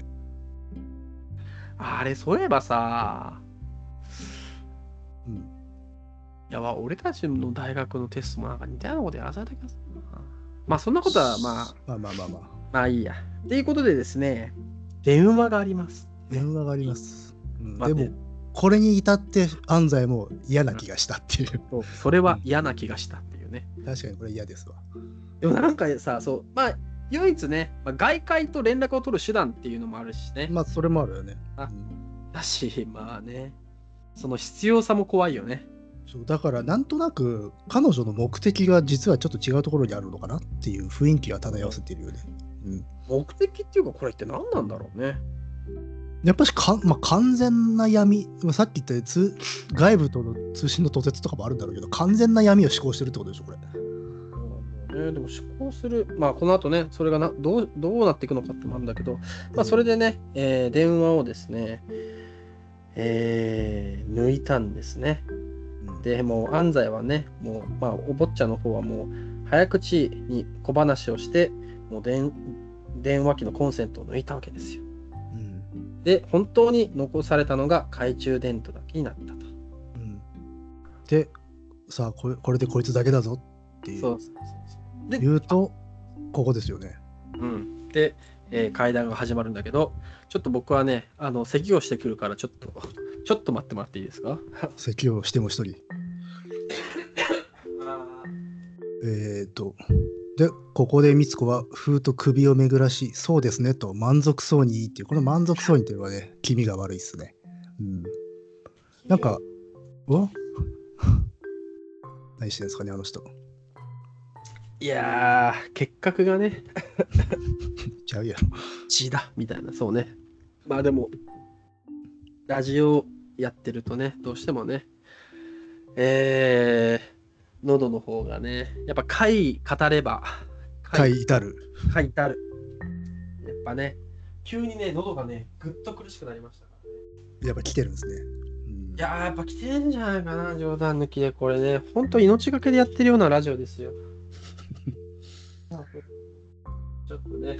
Speaker 1: あれ、そういえばさ、
Speaker 2: うん
Speaker 1: いや、まあ俺たちの大学のテストもなんか似たようなことやらされた気がするな。まあ、そんなことは、まあ、
Speaker 2: まあまあまあまあ
Speaker 1: まあいいや。っていうことでですね、電話があります。
Speaker 2: 電話があります、うん
Speaker 1: 待
Speaker 2: で
Speaker 1: って
Speaker 2: もこれに至って安西も嫌な気がしたっていう
Speaker 1: そうそれは嫌な気がしたっていうね。
Speaker 2: 確かにこれ嫌ですわ
Speaker 1: でもなんかさ、そう、まあ、唯一ね、まあ、外界と連絡を取る手段っていうのもあるしね。
Speaker 2: まあそれもあるよね
Speaker 1: あ
Speaker 2: うん
Speaker 1: だし、まあね、その必要さも怖いよね。
Speaker 2: そうだからなんとなく彼女の目的が実はちょっと違うところにあるのかなっていう雰囲気は漂わせてるよね、うん、
Speaker 1: 目的っていうか、これって何なんだろうね。
Speaker 2: やっぱしか、まあ、完全な闇、まあさっき言ったように通外部との通信の途絶とかもあるんだろうけど、完全な闇を思考してるってことでしょ、これ。
Speaker 1: ね、でも思考する、まあ、この後ね、それがなどうどうなっていくのかってもあるんだけど、まあ、それでね、えー電話をですね、えー抜いたんですね。
Speaker 2: うん、
Speaker 1: で、もう安西はね、もう、まあ、お坊ちゃんの方はもう、早口に小話をして、もう電電話機のコンセントを抜いたわけですよ。
Speaker 2: うん
Speaker 1: で、本当に残されたのが懐中電灯だけになったと。
Speaker 2: うん、でさあこれこれでこいつだけだぞっていう
Speaker 1: そうそうそうそう。で、
Speaker 2: 言うとここですよね。
Speaker 1: うん、で、えー会談が始まるんだけど、ちょっと僕はね、あの咳をしてくるから、ちょっと、ちょっと待ってもらっていいですか。
Speaker 2: 咳をしても一人。えー、とでここで美津子は風と首を巡らし「そうですね」と満足そうにいいっていうこの満足そうにというのはね気味が悪いっすね。うん、なんか、うわ (laughs) 何してんですかねあの人。
Speaker 1: いやー、結核がね、
Speaker 2: ちゃうやろ。
Speaker 1: 血だみたいな、そうね。まあでも、ラジオやってるとね、どうしてもね、えー、喉の方がね、やっぱ回語れば、
Speaker 2: かい至る。
Speaker 1: 書いてある。やっぱね、急にね、喉がね、ぐっと苦しくなりましたからね。
Speaker 2: やっぱ来てるんですね。うん、
Speaker 1: いやー、やっぱ来てんじゃないかな、冗談抜きで。これね、ほんと命がけでやってるようなラジオです
Speaker 2: (laughs)
Speaker 1: よ。ちょっとね、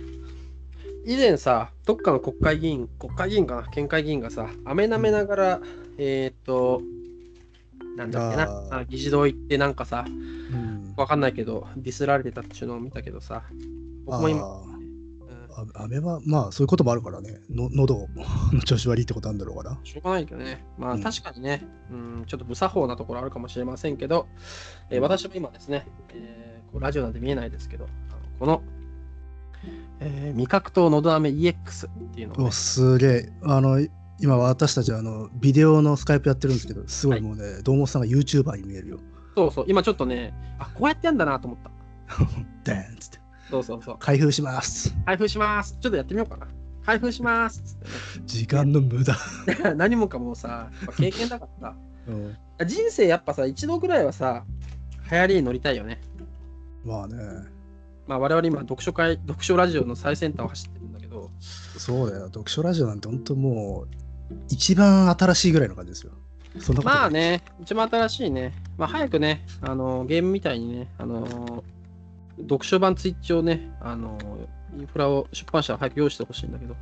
Speaker 1: 以前さ、どっかの国会議員、国会議員かな、県会議員がさ、飴舐めながら、えーっと、なんだっけな
Speaker 2: あ、ー
Speaker 1: あ議事堂行ってなんかさ、
Speaker 2: うん、
Speaker 1: わかんないけど、ディスられてたっていうのを見たけどさ、僕も今、
Speaker 2: あー
Speaker 1: うん
Speaker 2: あ雨はまあそういうこともあるからねの喉の (laughs) 調子悪いってことなんだろうから
Speaker 1: しょうがないけどね。まあ
Speaker 2: うん
Speaker 1: 確かにね、うん、ちょっと無作法なところあるかもしれませんけど、えー私も今ですね、えーこうラジオなんて見えないですけど、あのこの、えー味覚糖のど飴 EX っていうのをね、
Speaker 2: おすげえあの今私たちあのビデオのスカイプやってるんですけどすご
Speaker 1: はい
Speaker 2: いもうね堂本、さんが YouTuber に見えるよ
Speaker 1: そうそう、今ちょっとね、あ、こうやってやんだなと思った。
Speaker 2: でーんっつって
Speaker 1: そうそうそう。
Speaker 2: 開封します
Speaker 1: 開封します。ちょっとやってみようかな。開封します。 (laughs) つっ
Speaker 2: 時間の無駄、
Speaker 1: てね何もかもさ、やっぱ経験だから
Speaker 2: うん、
Speaker 1: さ、人生やっぱさ、一度ぐらいはさ、流行りに乗りたいよね。
Speaker 2: まあね
Speaker 1: まあ我々今、読書会、読書ラジオの最先端を走ってるんだけど、
Speaker 2: そうだよ読書ラジオなんてほんともう一番新しいぐらいの感じですよそんなことない
Speaker 1: まあね、一番新しいね、まあ、早くね、あのゲームみたいにね、あの読書版ツイッチをね、あのインフラを出版社は早く用意してほしいんだけど、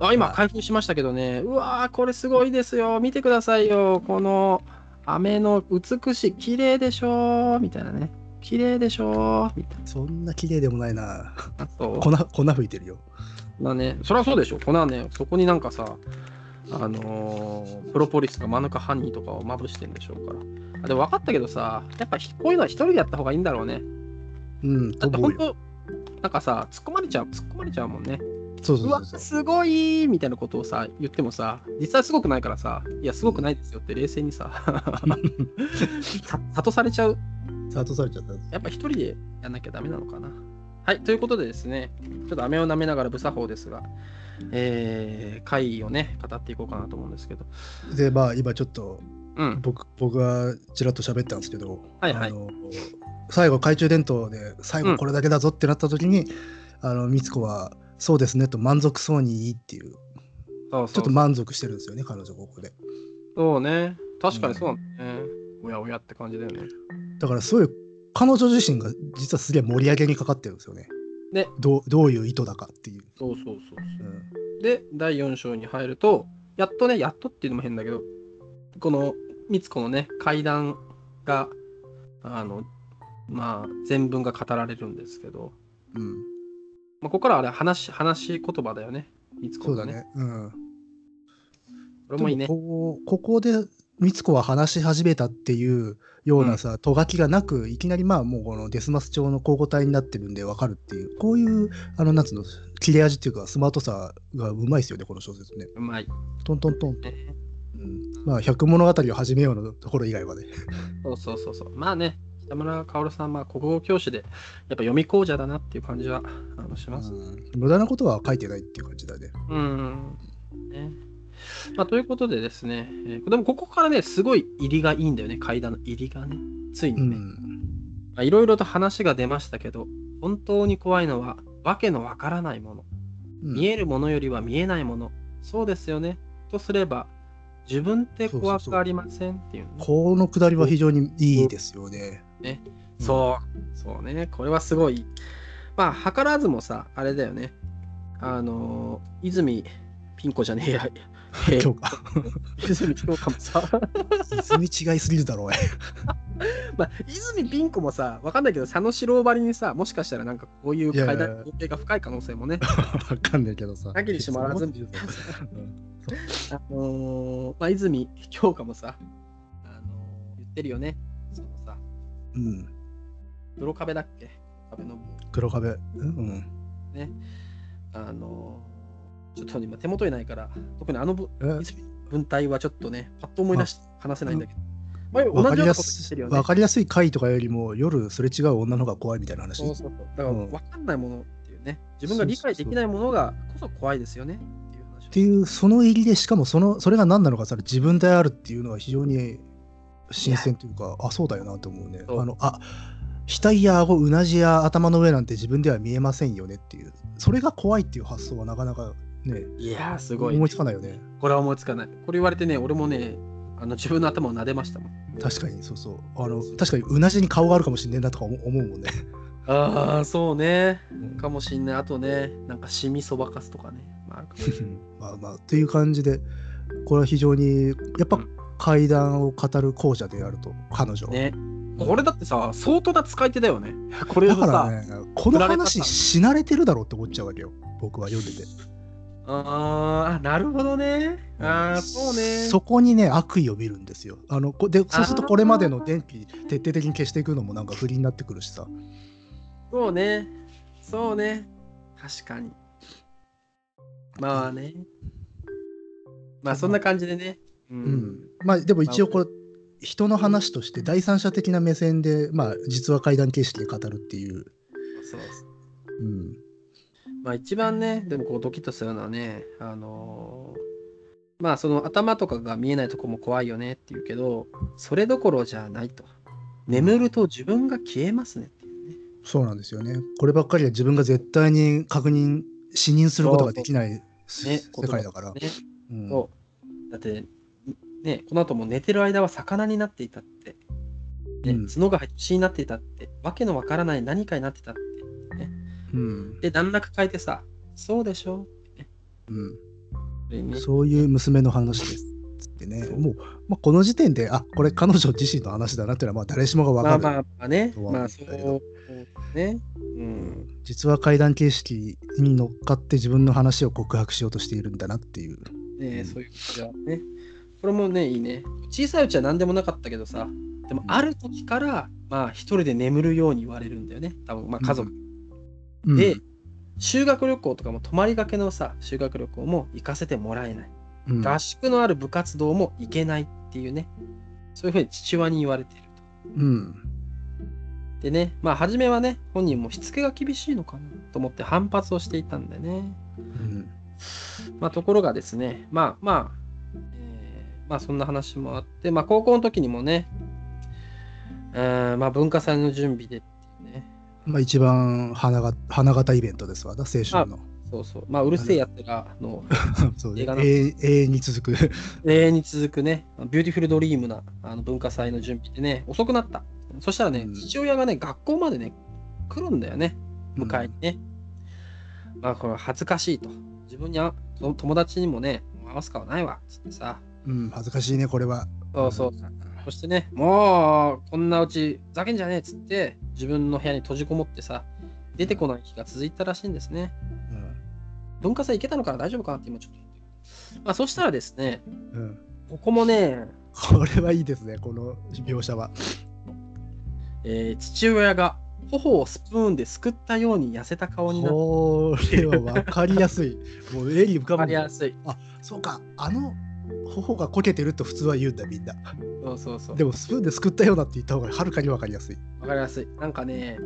Speaker 1: あ今、
Speaker 2: はい
Speaker 1: 開封しましたけどね、うわー、これすごいですよ、見てくださいよ、この飴の美しい、綺麗でしょー、みたいなね、綺麗でしょー、みたい
Speaker 2: そんな綺麗でもないな
Speaker 1: な。あと
Speaker 2: 粉粉吹いてるよ
Speaker 1: まあね、そりゃそうでしょ、粉はね、そこになんかさ、あのープロポリスかマヌカハニーとかをまぶしてんでしょうから。あでも分かったけどさ、やっぱひこういうのは一人でやった方がいいんだろうね。
Speaker 2: うんと
Speaker 1: だって
Speaker 2: 思う
Speaker 1: 本
Speaker 2: よ
Speaker 1: 当なんかさ、突っ込まれちゃう、突っ込まれちゃうもんね。
Speaker 2: そうそうう
Speaker 1: わ、
Speaker 2: そうそう
Speaker 1: すごいみたいなことをさ、言ってもさ、実際すごくないからさ、いや、すごくないですよって冷静に
Speaker 2: (laughs)
Speaker 1: さ、さ諭されちゃう。
Speaker 2: 諭されちゃった
Speaker 1: やっぱ一人でやんなきゃダメなのかな。はい、ということでですね、ちょっと飴を舐めながら無作法ですが、えー、会をね、語っていこうかなと思うんですけど。
Speaker 2: でまあ今ちょっと
Speaker 1: うん。
Speaker 2: 僕僕がちらっと喋ったんですけど、
Speaker 1: はいはい
Speaker 2: あの最後懐中電灯で最
Speaker 1: う
Speaker 2: 後
Speaker 1: ん
Speaker 2: これだけだぞってなった時に、あの美津子は「そうですね」と満足そうにいいっていう
Speaker 1: そう
Speaker 2: ち
Speaker 1: そ
Speaker 2: ょ
Speaker 1: う
Speaker 2: っと満足してるんですよね彼女ここで
Speaker 1: そうね。確かにそうなんだね。おやおやって感じだよね。
Speaker 2: だからそういう彼女自身が実はすげえ盛り上げにかかってるんですよね
Speaker 1: ね
Speaker 2: どうどういう意図だかっていう、
Speaker 1: そうそうそう
Speaker 2: う
Speaker 1: そ
Speaker 2: ん
Speaker 1: う。で、第4章に入ると、やっとね、やっとっていうのも変だけど、この、みつこのね、階段が、あの、まあ、全文が語られるんですけど、
Speaker 2: うん
Speaker 1: まあ、ここからはあれ話し、話し言葉だよね。みつ
Speaker 2: そ
Speaker 1: こ
Speaker 2: う
Speaker 1: が
Speaker 2: だ
Speaker 1: ね。
Speaker 2: ねうん
Speaker 1: これもいいね
Speaker 2: で。もここここで美津子は話し始めたっていうようなさ、とがきがなくいきなりまあもうこのデスマス調の交互体になってるんでわかるっていうこういうあのなんつうの切れ味っていうかスマートさがうまいですよねこの小説ね
Speaker 1: うまい。
Speaker 2: トントントンと、うんまあ百物語を始めようのところ以外はね
Speaker 1: そうそうそうそう。まあね、北村薫さん、まあ、国語教師で、やっぱ読み講者だなっていう感じはあのします。
Speaker 2: 無駄なことは書いてないっていう感じだね
Speaker 1: うん。ねまあ、ということでですね、えーでもここからね、すごい入りがいいんだよね、階段の入りがね。ついうにね、
Speaker 2: ん
Speaker 1: まあいろいろと話が出ましたけど、本当に怖いのは、わけのわからないもの。見えるものよりは見えないもの。そうですよね。とすれば、自分って怖くありませんっていうね、
Speaker 2: このくだりは非常にいいですよね
Speaker 1: ね
Speaker 2: うん
Speaker 1: そう、そうね、これはすごい。まあ、図らずもさ、あれだよね。あのー、泉ピン子じゃね
Speaker 2: (laughs)
Speaker 1: えや。え
Speaker 2: 今日か。
Speaker 1: 泉ピン子もさ、 (laughs)
Speaker 2: 泉違いすぎるだろ、おい。
Speaker 1: まあ、泉ピン子もさ、わかんないけど、佐野史郎ばりにさ、もしかしたらなんかこういう階
Speaker 2: いやい
Speaker 1: 段
Speaker 2: や
Speaker 1: のが深い可能性もね、
Speaker 2: (laughs) わかんないけどさ。
Speaker 1: なきにしもあらず
Speaker 2: そう思ってるぞうん
Speaker 1: あのーまあ、泉京香もさ、あのー言ってるよね。そのさ、
Speaker 2: うん。
Speaker 1: 黒壁だっけ壁の部分
Speaker 2: 黒壁。うん。
Speaker 1: あのーちょっと今手元にないから、特にあのぶ
Speaker 2: え
Speaker 1: 文体はちょっとね、パッと思い出し話せないんだけど。前同
Speaker 2: わか
Speaker 1: じ
Speaker 2: り
Speaker 1: よう
Speaker 2: や
Speaker 1: なこと言っ
Speaker 2: す
Speaker 1: て
Speaker 2: い
Speaker 1: るよね。
Speaker 2: わかりやすい回とかよりも夜すれ違う女の方が怖いみたいな話
Speaker 1: そうそうそう。だから
Speaker 2: うん
Speaker 1: 分かんないものっていうね、自分が理解できないものがこそ怖いですよねっていう話を。
Speaker 2: っていうその入りでしかもそのそれが何なのかさ自分であるっていうのは非常に新鮮というかあそうだよなと思うね
Speaker 1: そう
Speaker 2: あのあ額や顎うなじや頭の上なんて自分では見えませんよねっていうそれが怖いっていう発想はなかなかね
Speaker 1: いやー、すごい。
Speaker 2: 思いつかないよね
Speaker 1: これは思いつかない。これ言われてね、俺もね、あの自分の頭を撫でましたもん。
Speaker 2: 確かにそうそうあの確かにうなじに顔があるかもしれないなとか思う思うもんね
Speaker 1: ああ、そうね。かもしんない。あとね、なんかシミそばかすとかね。まあ、あるかも
Speaker 2: まあまあという感じでこれは非常にやっぱ
Speaker 1: うん
Speaker 2: 階段を語る後者であると彼女は
Speaker 1: ね。これだってさ、相当な使い手だよね。 (laughs) これ
Speaker 2: だ
Speaker 1: を
Speaker 2: か
Speaker 1: さ、
Speaker 2: らね、この話し慣れてるだろうって思っちゃうわけよ、僕は読んでて。
Speaker 1: あーあ、なるほどね。ああ、そうね。
Speaker 2: そこにね、悪意を見るんですよ。あのこでそうすると、
Speaker 1: あー
Speaker 2: これまでの電気、徹底的に消していくのもなんか不利になってくるしさ。
Speaker 1: そうね。そうね。確かに。まあね。まあそんな感じでね。う
Speaker 2: うん。まあ、でも一応こう、人の話として第三者的な目線で、まあ、実は怪談形式で語るっていう。
Speaker 1: そうそう
Speaker 2: うん。
Speaker 1: まあ一番ね、でもこうドキッとするのはね、あのーまあその頭とかが見えないとこも怖いよねっていうけど、それどころじゃないと。眠ると自分が消えますねっていうね。
Speaker 2: そうなんですよね。こればっかりは自分が絶対に確認、視認することができない
Speaker 1: ね
Speaker 2: 世界だから。
Speaker 1: ね
Speaker 2: うん
Speaker 1: そうだって、ね、この後も寝てる間は魚になっていたって、ね
Speaker 2: うん
Speaker 1: 角が入って血になっていたって、わけのわからない何かになってたって、ね、
Speaker 2: うん。
Speaker 1: で、段落変えてさ、そうでしょ
Speaker 2: うん。
Speaker 1: それにね
Speaker 2: そういう娘の話です。つってね、もう、まあ、この時点で、あこれ彼女自身の話だなっていうのは、まあ、誰しもが分
Speaker 1: ま
Speaker 2: か
Speaker 1: あ
Speaker 2: る。
Speaker 1: まあまあね、
Speaker 2: そう
Speaker 1: ま
Speaker 2: な
Speaker 1: あ
Speaker 2: んだ
Speaker 1: そ
Speaker 2: け
Speaker 1: う
Speaker 2: ど
Speaker 1: ね。うん、
Speaker 2: 実は怪談形式に乗っかって自分の話を告白しようとしているんだなっていう。
Speaker 1: ねそういうことはね。これもね、いいね。小さいうちは何でもなかったけどさ、でもある時から、まあ一人で眠るように言われるんだよね。多分まあ家族
Speaker 2: うん
Speaker 1: で、修学旅行とかも泊まりがけのさ修学旅行も行かせてもらえない、
Speaker 2: うん
Speaker 1: 合宿のある部活動も行けないっていうねそういうふうに父親に言われてる
Speaker 2: うん
Speaker 1: とでねまあ初めはね本人もしつけが厳しいのかなと思って反発をしていたんでね
Speaker 2: うん
Speaker 1: まあところがですねまあまあ、えーまあそんな話もあってまあ高校の時にもねえーまあ文化祭の準備でっていうね
Speaker 2: まあ、一番花が花形イベントですわな、青春の。
Speaker 1: そうそうまあうるせえやつらの
Speaker 2: (laughs) そう
Speaker 1: 映
Speaker 2: ね
Speaker 1: 画の
Speaker 2: 永遠永遠に続く。
Speaker 1: 永遠に続くね、ビューティフルドリームなあの文化祭の準備でね、遅くなった。そしたらね、
Speaker 2: うん
Speaker 1: 父親がね、学校までね、来るんだよね、迎えにね。まあ、これは恥ずかしいと。自分にあと友達にもね、合わす顔ないわ、つってさ。
Speaker 2: うん、恥ずかしいね、これは。
Speaker 1: そうそう。そしてね、もう、こんなうち、ふざけんじゃねえ、つって、自分の部屋に閉じこもってさ、出てこない日が続いたらしいんですね。
Speaker 2: うん。
Speaker 1: 文化祭行けたのかな大丈夫かなって今ちょっと思ってる。まあ、そしたらですね、
Speaker 2: うん、
Speaker 1: ここもね、
Speaker 2: これはいいですね、この描写は。
Speaker 1: えー父親が頬をスプーンですくったように痩せた顔になって
Speaker 2: これは分かりやす (laughs) い。もう絵に浮
Speaker 1: 分
Speaker 2: かぶ
Speaker 1: か
Speaker 2: ん
Speaker 1: り
Speaker 2: だ
Speaker 1: やすい。
Speaker 2: そうか、あの頬がこけてると普通は言うんだ、みんな。
Speaker 1: そうそうそう。
Speaker 2: でもスプーンですくったようなって言った方がはるかに分かりやすい。
Speaker 1: 分かりやすい。なんかね、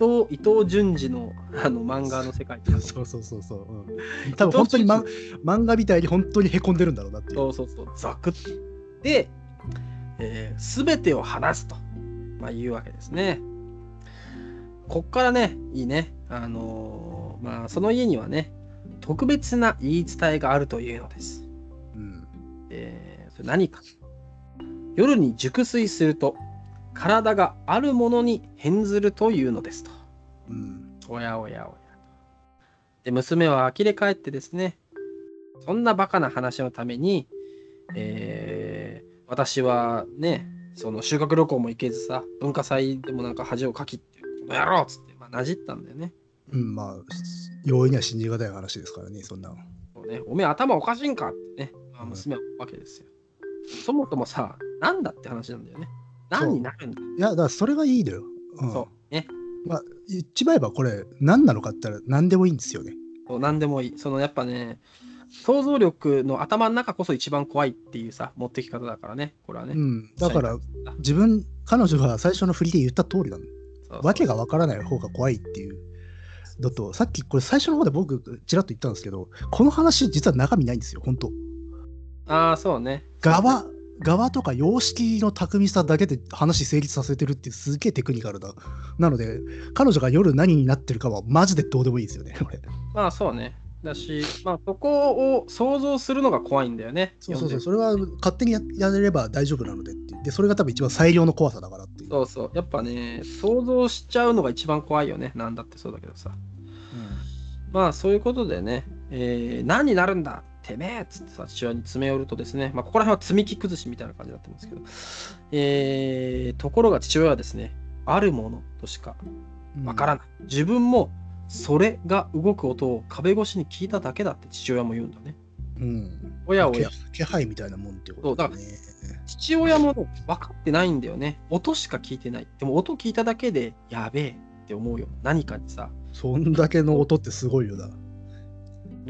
Speaker 1: 伊藤伊藤淳二のあの漫画の世界とか
Speaker 2: そうそうそうそう。うん、多分本当に、ま、漫画みたいに本当にへこんでるんだろうなっていう。
Speaker 1: そうそうそう、ザクッで、えー、全てを話すと、まあ、いうわけですね。こっからね、いいね。あのーまあ、その家にはね、特別な言い伝えがあるというのです。
Speaker 2: うん
Speaker 1: えーそれ何か夜に熟睡すると体があるものに変ずるというのですと
Speaker 2: うん
Speaker 1: おやおやおや。で、娘は呆れ返ってですね、そんなバカな話のために、えー私はね、その修学旅行も行けずさ、文化祭でもなんか恥をかきって、この野郎っつって、まあ、なじったんだよね。
Speaker 2: うん、まあ、容易には信じがたい話ですからね、そんなの。
Speaker 1: そうね、おめえ頭おかしいんかってね、まあ、
Speaker 2: うん
Speaker 1: 娘は思うわけですよ。そもそもさ、なんだって話なんだよね。何になるんだ
Speaker 2: いや、だからそれがいいのよ。うん、
Speaker 1: そう。ね。
Speaker 2: まあ、言っちまえばこれ、何なのかって言ったら何でもいいんですよね。
Speaker 1: そう何でもいい。そのやっぱね、想像力の頭の中こそ一番怖いっていうさ、持ってき方だからね、これはね。
Speaker 2: うん、だから、
Speaker 1: だ
Speaker 2: 自分、彼女が最初の振りで言った通りなの。
Speaker 1: そうそう
Speaker 2: わけがわからない方が怖いっていう。だと、さっきこれ最初の方で僕、ちらっと言ったんですけど、この話、実は中身ないんですよ、本当
Speaker 1: ああ、そうね。
Speaker 2: 側、側とか様式の巧みさだけで話成立させてるっていうすげえテクニカルだ。なので、彼女が夜何になってるかはマジでどうでもいいですよね、これ。
Speaker 1: まあそうね。だし、まあそこを想像するのが怖いんだよね。
Speaker 2: そうそうそう、そ
Speaker 1: 読ん
Speaker 2: れは勝手にややれれば大丈夫なのでっていうで、それが多分一番最良の怖さだからっていう。
Speaker 1: でそうそう。やっぱね、想像しちゃうのが一番怖いよね。なんだってそうだけどさ。まあそういうことでね、えー何になるんだてめえっつってさ、父親に詰め寄るとですね、まあここら辺は積み木崩しみたいな感じだったんですけど、えーところが父親はですね、あるものとしか
Speaker 2: うん
Speaker 1: わからない。自分もそれが動く音を壁越しに聞いただけだって父親も言うんだね。
Speaker 2: うん。
Speaker 1: おやおや
Speaker 2: 気。気配みたいなもんってことだね。
Speaker 1: 父親もね分かってないんだよね。音しか聞いてない。でも音聞いただけでやべえって思うよ。何かにさ、
Speaker 2: そんだけの音ってすごいよな。
Speaker 1: な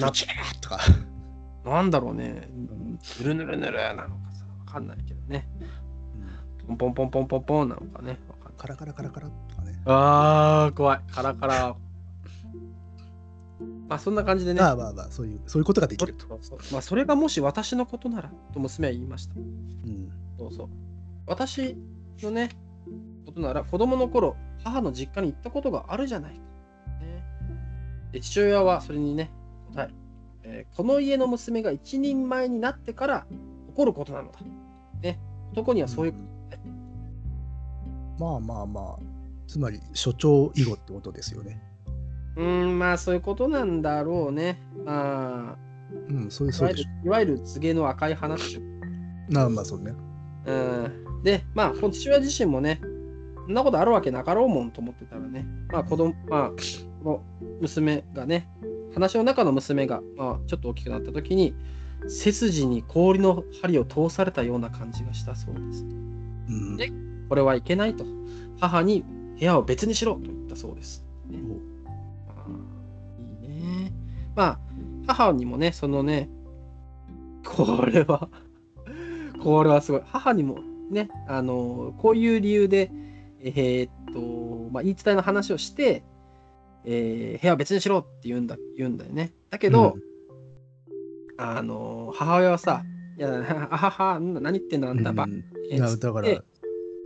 Speaker 2: ドチャーとか。
Speaker 1: なんだろうね。ぬるぬるぬるなのかさ、分かんないけどね。ポンポンポンポンポンポンなのかね。わかんない
Speaker 2: カラカラカラカラとかね。
Speaker 1: あー、怖い。カラカラ。まあそんな感じでね。
Speaker 2: まあまあまあ、そういう、そういうことができると。
Speaker 1: まあそれがもし私のことならと娘は言いました。
Speaker 2: うん。
Speaker 1: そうそう。私のね、ことなら子供の頃、母の実家に行ったことがあるじゃないか。ね、で父親はそれにね、答える、えーこの家の娘が一人前になってから起こることなのだ。ね、男にはそういうこ
Speaker 2: まあまあまあ、つまり所長以後ってことですよね。
Speaker 1: と、うーん、まあそういうことなんだろうね。まあ、
Speaker 2: うん、そういう、
Speaker 1: い
Speaker 2: そう
Speaker 1: わゆる
Speaker 2: でしょ。
Speaker 1: いわゆる告げの赤い花っていう
Speaker 2: まあまあ、そうね。
Speaker 1: うんで、まあ、この父親自身もね、そんなことあるわけなかろうもんと思ってたらね、まあ、子供、まあ、この娘がね、話の中の娘が、まあ、ちょっと大きくなった時に、背筋に氷の針を通されたような感じがしたそうです。
Speaker 2: うん。
Speaker 1: でこれはいけないと。母に部屋を別にしろと言ったそうです。ねあーいいね。まあ、母にもね、そのね、これは、 (laughs) これはすごい。母にもね、あのこういう理由で、えーっと、まあ、言い伝えの話をして、えー部屋は別にしろって言うんだ言うんだよね。だけど、あの母親はさ、いや、あはは、な何言ってんだ、あ
Speaker 2: うんん、
Speaker 1: たばっ
Speaker 2: うん
Speaker 1: け、
Speaker 2: いや
Speaker 1: つって
Speaker 2: だから
Speaker 1: ま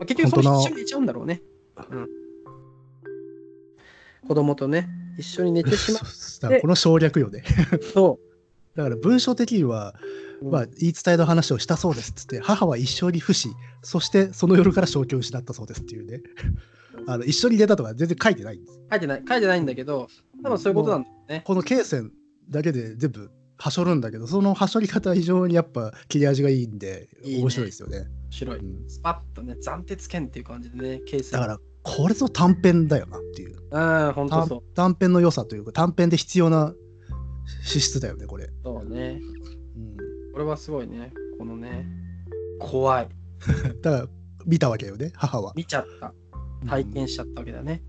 Speaker 1: あ結局その
Speaker 2: 本当
Speaker 1: 日一緒
Speaker 2: の
Speaker 1: に寝ちゃうんだろうね。うん、子供とね、一緒に寝てしまう
Speaker 2: だからこの省略よね。
Speaker 1: と、
Speaker 2: だから文章的には、まあ、言い伝えの話をしたそうですっつって母は一生に不死そしてその夜から正気を失ったそうですっていうねあの一緒に出たとか全然書いてないんです
Speaker 1: 書いてない、書いてないんだけど、多分そういうことなんだよね。
Speaker 2: この経線だけで全部はしょるんだけどそのはしょり方は非常にやっぱ切れ味がいいんで
Speaker 1: いいね
Speaker 2: 面白いですよね
Speaker 1: 面白い。
Speaker 2: うん
Speaker 1: スパッとね、暫定剣っていう感じでね、ケース。
Speaker 2: だからこれぞ短編だよなっていう
Speaker 1: ら、うん、本当そう
Speaker 2: 短。短編の良さというか短編で必要な資質だよねこれ、
Speaker 1: そうね。
Speaker 2: うん
Speaker 1: これはすごいね。このね、怖い。
Speaker 2: だから見たわけよね母は
Speaker 1: 見ちゃった。体験しちゃったわけだね。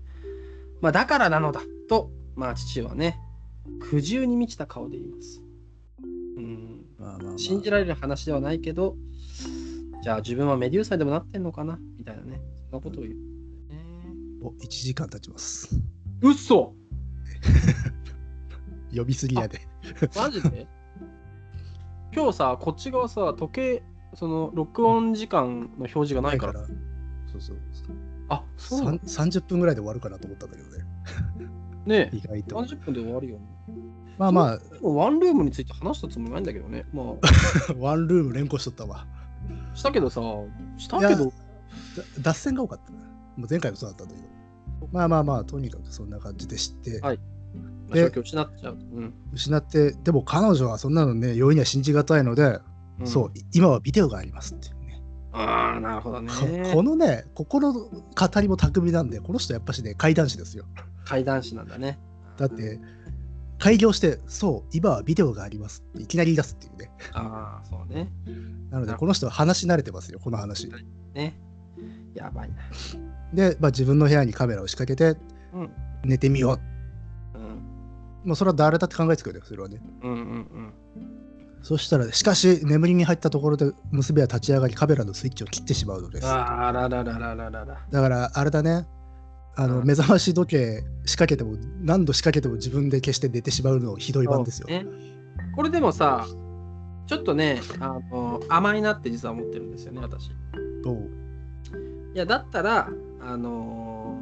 Speaker 1: まあ、だからなのだと、まあ、父はね、苦渋に満ちた顔で言います。うん。
Speaker 2: まあまあまあ
Speaker 1: 信じられる話ではないけど、じゃあ自分はメデューサでもなってんのかなみたいなね。そんなことを言う。
Speaker 2: お1時間経ちます
Speaker 1: うっそ
Speaker 2: 呼びすぎやで
Speaker 1: マジ
Speaker 2: (laughs)
Speaker 1: で今日さ、こっち側さ、時計、その録音時間の表示がないから。
Speaker 2: そうそう
Speaker 1: あ、そうな
Speaker 2: さん
Speaker 1: の
Speaker 2: 30分ぐらいで終わるかなと思ったんだけどね
Speaker 1: ねえ
Speaker 2: 意外と
Speaker 1: 30分で終わるよね。
Speaker 2: まあま
Speaker 1: でもワンルームについて話したつもりないんだけどね。ま
Speaker 2: あワンルーム連呼しとったわ
Speaker 1: あ、したけどさ、したけ
Speaker 2: い
Speaker 1: ど、
Speaker 2: だ脱線が多かったなもう前回もそうだったんだけどまあまあまあ、とにかくそんな感じで知って、
Speaker 1: はいまあ、
Speaker 2: で
Speaker 1: 正気を失っちゃう。うん。
Speaker 2: 失って、でも彼女はそんなのね、容易には信じがたいので、
Speaker 1: うん
Speaker 2: そう、今はビデオがありますっていうね。
Speaker 1: ああ、なるほどね。
Speaker 2: ここのね、心の語りも巧みなんで、この人やっぱしね、怪談師ですよ。
Speaker 1: 怪談師なんだね。
Speaker 2: だって、開業して、そう、今はビデオがありますっていきなり言い出すっていうね。
Speaker 1: ああ、そうね。
Speaker 2: なので、この人は話し慣れてますよ、この話。
Speaker 1: ね。やばいな。
Speaker 2: で、まあ、自分の部屋にカメラを仕掛けて、
Speaker 1: うん。
Speaker 2: 寝てみよう。
Speaker 1: うん。
Speaker 2: もうそれは誰だって考えつくよね、それはね。
Speaker 1: うんうん
Speaker 2: そしたら、しかし、眠りに入ったところで、娘は立ち上がり、カメラのスイッチを切ってしまうので
Speaker 1: うん。
Speaker 2: す。
Speaker 1: ああららららららら。
Speaker 2: だからあれだねあの、
Speaker 1: うん
Speaker 2: 目覚まし時計仕掛けても何度仕掛けても自分で消して寝てしまうのひどい版ですよ。
Speaker 1: そうねこれでもさ、ちょっとね、あの甘いなって実は思ってるんですよね、私。い
Speaker 2: どう
Speaker 1: や、だったら、あの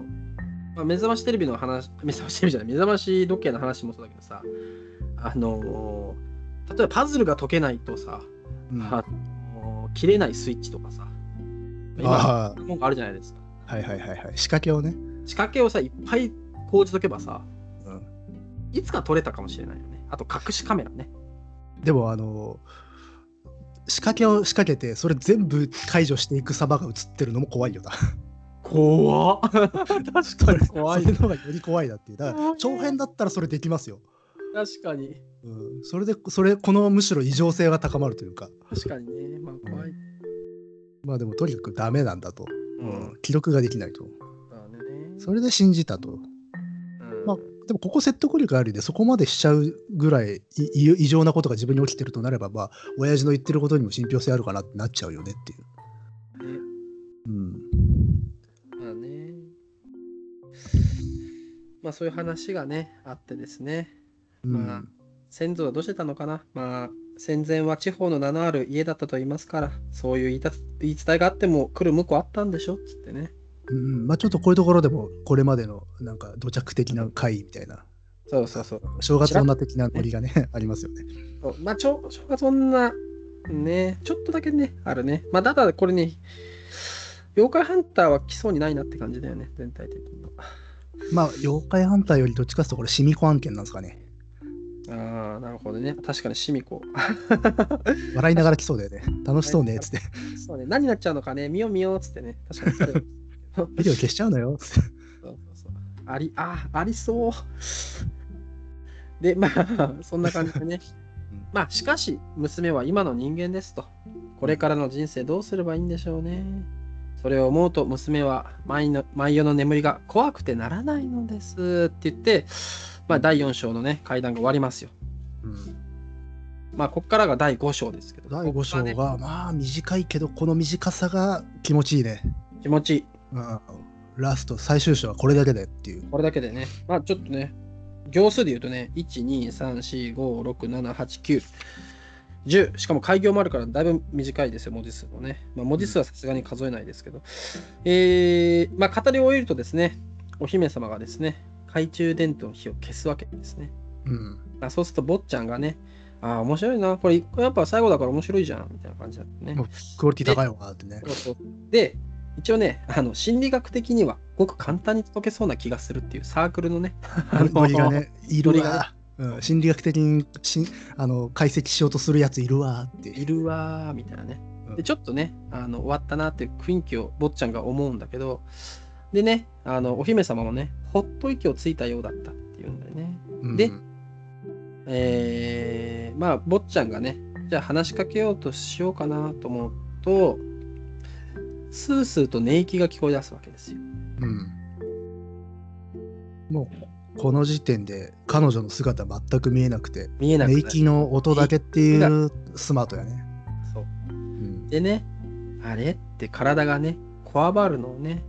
Speaker 1: ーまあ、目覚ましテレビの話、 (laughs) 目覚ましテレビじゃない、目覚まし時計の話もそうだけどさ、あのー例えばパズルが解けないとさ、
Speaker 2: うん
Speaker 1: あのー切れないスイッチとかさ、今、
Speaker 2: あ
Speaker 1: 文句あるじゃないですか。
Speaker 2: あはいはいはいはい仕掛けをね、
Speaker 1: 仕掛けをさ、いっぱい講じとけばさ、
Speaker 2: うん
Speaker 1: いつか取れたかもしれないよね。あと、隠しカメラね。
Speaker 2: でもあの仕掛けを仕掛けてそれ全部解除していく様が映ってるのも怖いよな。
Speaker 1: 怖っ確かに怖い
Speaker 2: それの方がより怖いだっていうだから
Speaker 1: 怖い
Speaker 2: 長編だったらそれできますよ。
Speaker 1: 確かに
Speaker 2: うん、それでそれこのむしろ異常性が高まるというか
Speaker 1: 確かにねまあ怖い、
Speaker 2: まあでもとにかくダメなんだと、
Speaker 1: う
Speaker 2: うん記録ができないと
Speaker 1: だね
Speaker 2: それで信じたと
Speaker 1: うん
Speaker 2: まあでもここ説得力あるんでそこまでしちゃうぐらいいい異常なことが自分に起きてるとなればまあ親父の言ってることにも信憑性あるかなってなっちゃうよねっていう。
Speaker 1: ね
Speaker 2: うん、
Speaker 1: まあねまあそういう話がねあってですね
Speaker 2: うん
Speaker 1: まあ先祖はどうしてたのかなまあ戦前は地方の名のある家だったと言いますからそういう言いた言い伝えがあっても来る向こうあったんでしょっつってね
Speaker 2: うんまあ、ちょっとこういうところでもこれまでのなんか土着的な会みたいな
Speaker 1: そうそうそう
Speaker 2: 正月女的なノリがね (laughs) ありますよね。
Speaker 1: そうまあちょ正月女ねちょっとだけねあるねまあただこれね妖怪ハンターは来そうにないなって感じだよね全体的に
Speaker 2: まあ妖怪反対よりどっちかというとこれシミ子案件なんですかね。
Speaker 1: ああ、なるほどね。確かにシミコ。
Speaker 2: 笑いながら来そうだよね。楽しそうねっつって。
Speaker 1: (laughs) そうね。何になっちゃうのかね。見よう見ようっつってね。確かにそれ。そう
Speaker 2: ビデオ消しちゃうのよっつって。
Speaker 1: そうそう。あり、あーありそう。で、まあ、そんな感じでね
Speaker 2: (laughs) うん。
Speaker 1: まあ、しかし、娘は今の人間ですと。これからの人生どうすればいいんでしょうね。それを思うと、娘は毎の毎夜の眠りが怖くてならないのですって言って、まあ、第4章のね、階段が終わりますよ。
Speaker 2: うん
Speaker 1: まあ、ここからが第5章ですけど。
Speaker 2: 第5章
Speaker 1: ここね
Speaker 2: がまあ短いけどこの短さが気持ちいいね。
Speaker 1: 気持ちいい。
Speaker 2: うんラスト最終章はこれだけでっていう。
Speaker 1: これだけでね、まあちょっとね、行数で言うとね、1、2、3、4、5、6、7、8、9、10、しかも開業もあるからだいぶ短いですよ、文字数もね。まあ、文字数はさすがに数えないですけど。えー、まあ語り終えるとですね、お姫様がですね、懐中電灯の火を消すわけですね。
Speaker 2: うん、
Speaker 1: まあそうすると、坊ちゃんがね、ああ、面白いな、これ、これやっぱ最後だから面白いじゃん、みたいな感じだったね。
Speaker 2: もうクオリティ高いわーってね。
Speaker 1: そうそうで、一応ね、あの心理学的にはごく簡単に解けそうな気がするっていうサークルの
Speaker 2: (laughs)
Speaker 1: ね、あの
Speaker 2: ノリがね、いる
Speaker 1: ノリがね
Speaker 2: わー、うん。心理学的にしあの解析しようとするやついるわーって
Speaker 1: いるわーみたいなね。
Speaker 2: う
Speaker 1: で
Speaker 2: ん
Speaker 1: ちょっとねあの終わったなっていう雰囲気を坊ちゃんが思うんだけどでねあのお姫様もねほっと息をついたようだったっていうんだよね。
Speaker 2: うん
Speaker 1: でえー、まあ坊ちゃんがねじゃあ話しかけようとしようかなと思うとスースーと寝息が聞こえ出すわけですよ。
Speaker 2: うんもうこの時点で彼女の姿全く見えなくて、
Speaker 1: 見えなく
Speaker 2: 寝
Speaker 1: なる
Speaker 2: 息の音だけっていうスマートやね。
Speaker 1: そう
Speaker 2: うん
Speaker 1: でね、あれって体がね、こわばるのをね、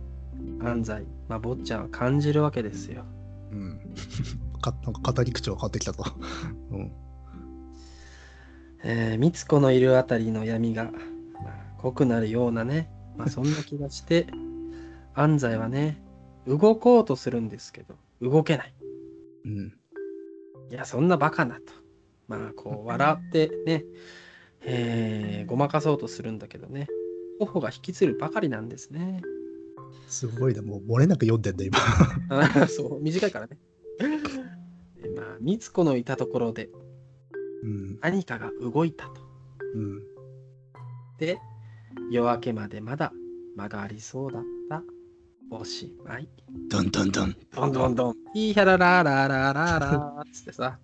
Speaker 1: 安西、まあ、坊ちゃんは感じるわけですよ。
Speaker 2: うん、 (laughs) かなんか語り口調変わってきたと。 (laughs) うん
Speaker 1: えー、美津子のいるあたりの闇が、まあ濃くなるようなね、まあ、そんな気がして、 (laughs) 安西はね、動こうとするんですけど、動けない。
Speaker 2: うん
Speaker 1: いや、そんなバカなと。まあ、こう、笑ってね、えーごまかそうとするんだけどね、頬が引きつるばかりなんですね。
Speaker 2: すごいな、もう漏れなく読んでんだ、今。
Speaker 1: あーそう、短いからね。でまあ、美津子のいたところで
Speaker 2: うん。
Speaker 1: 何かが動いたと。
Speaker 2: うん。
Speaker 1: で、夜明けまでまだ間がありそうだった。おしまい。
Speaker 2: どんどんどん。
Speaker 1: どんどんどん。いいやららららららつってさ。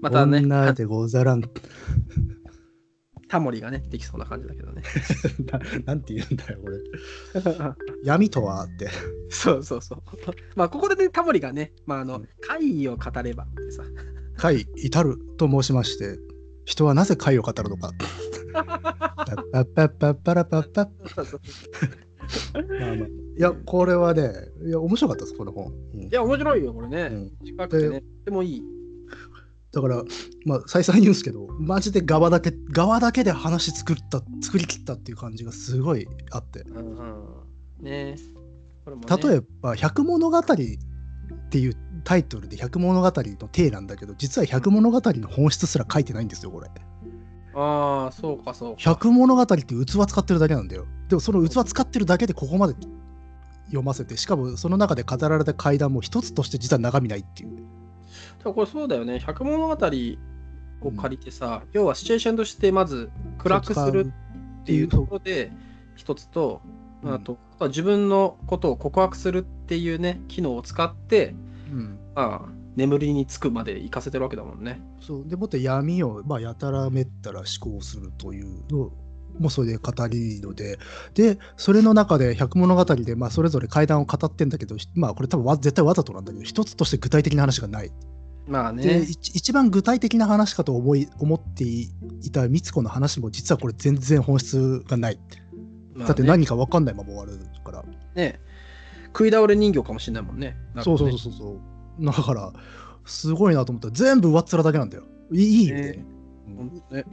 Speaker 1: またね、
Speaker 2: 女でござらん。 (laughs)
Speaker 1: タモリがね、できそうな感じだけどね。
Speaker 2: ななんて言うんだよ、これ。闇とはって。
Speaker 1: そうそうそう。まあ、ここでね、タモリがね、まあ、あ
Speaker 2: う
Speaker 1: の
Speaker 2: ん、
Speaker 1: 怪異を語ればってさ。
Speaker 2: 会至ると申しまして、人はなぜ会を語るのか。 (laughs) パッパッパッパッパラパッパッ。
Speaker 1: そうそう
Speaker 2: まあまあいや、これはね、いや、面白かったです、この本。うん
Speaker 1: いや、面白いよ、これね。
Speaker 2: うん
Speaker 1: 近くてね、でもいい。
Speaker 2: だから、まあ、再三言うんですけど、マジで側だけ、側だけで話作った、作り切ったっていう感じがすごいあって。
Speaker 1: うんうん、ねこれもね
Speaker 2: 例えば「百物語」っていうタイトルで「百物語」の体なんだけど実は「百物語」の本質すら書いてないんですよこれ。
Speaker 1: ああ、そうか、そうか。
Speaker 2: 百物語って器使ってるだけなんだよ。でもその器使ってるだけでここまで読ませてしかもその中で語られた怪談も一つとして実は中身ないっていう。
Speaker 1: でもこれそうだよね。百物語を借りてさ、要はシチュエーションとしてまず暗くするっていうところで一つと、
Speaker 2: うん
Speaker 1: あとあとは自分のことを告白するっていうね、機能を使って、
Speaker 2: うん
Speaker 1: まあ、眠りにつくまで行かせてるわけだもんね。
Speaker 2: そうでもって闇を、まあ、やたらめったら思考するというのをもうそれで語りのででそれの中で「百物語で」まあ、それぞれ怪談を語ってんだけどひまあこれ多分わ絶対わざとなんだけど一つとして具体的な話がない、
Speaker 1: まあ
Speaker 2: で
Speaker 1: ね。
Speaker 2: 一一番具体的な話かと思い思っていた美津子の話も実はこれ全然本質がない、
Speaker 1: まあね
Speaker 2: だって何か分かんないまま終わるから、
Speaker 1: ね食い倒れ人形かもしれないもんね。なんか
Speaker 2: そ
Speaker 1: ね
Speaker 2: うそうそうそうだからすごいなと思ったら全部上っ面だけなんだよいいいい意味で、
Speaker 1: ねほんとね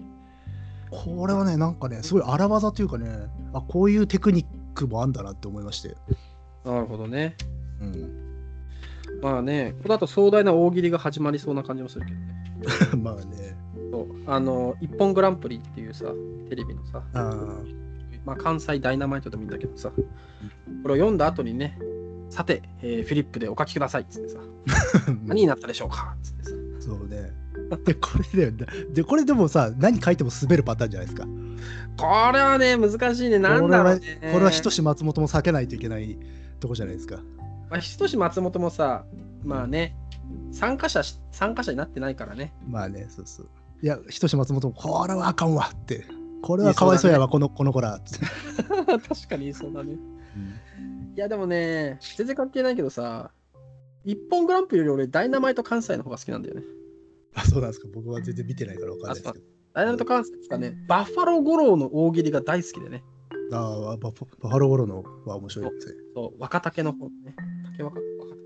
Speaker 2: これはね、なんかね、すごい荒技というかね、あこういうテクニックもあんだなって思いまして。
Speaker 1: なるほどね。
Speaker 2: うん、
Speaker 1: まあね、これだと壮大な大喜利が始まりそうな感じもするけどね。
Speaker 2: (laughs) まあね、
Speaker 1: そうあの、一本グランプリっていうさ、テレビのさ、
Speaker 2: あー
Speaker 1: まあ、関西ダイナマイトでもいいんだけどさ、これを読んだ後にね、さて、えーフィリップでお書きくださいっつってさ、
Speaker 2: (laughs)
Speaker 1: 何になったでしょうかっつってさ、
Speaker 2: そうね。で、これだよね。で、これでもさ、何書いても滑るパターンじゃないですか。
Speaker 1: これはね、難しいね、なんだろうね。
Speaker 2: これは人志松本も避けないといけないとこじゃないですか。
Speaker 1: まあ、人志松本もさ、まあね、参加者し、参加者になってないからね。 (laughs)
Speaker 2: まあね、そうそう。いや、人志松本も、これはあかんわって。これはかわいそうやわ、このこの子ら。つって
Speaker 1: 確かにそうだね。いや、でもね、全然関係ないけどさ、一本グランプリより俺、ダイナマイト関西の方が好きなんだよね。
Speaker 2: (laughs) あそうなんですか。僕は全然見てないからわかんないですけど。
Speaker 1: ダイナマイト関西ですかね、バッファロー五郎の大喜利が大好きでね、
Speaker 2: ああ、バファバファローゴロのは面白いですね。
Speaker 1: そう若竹の方ね、竹若若竹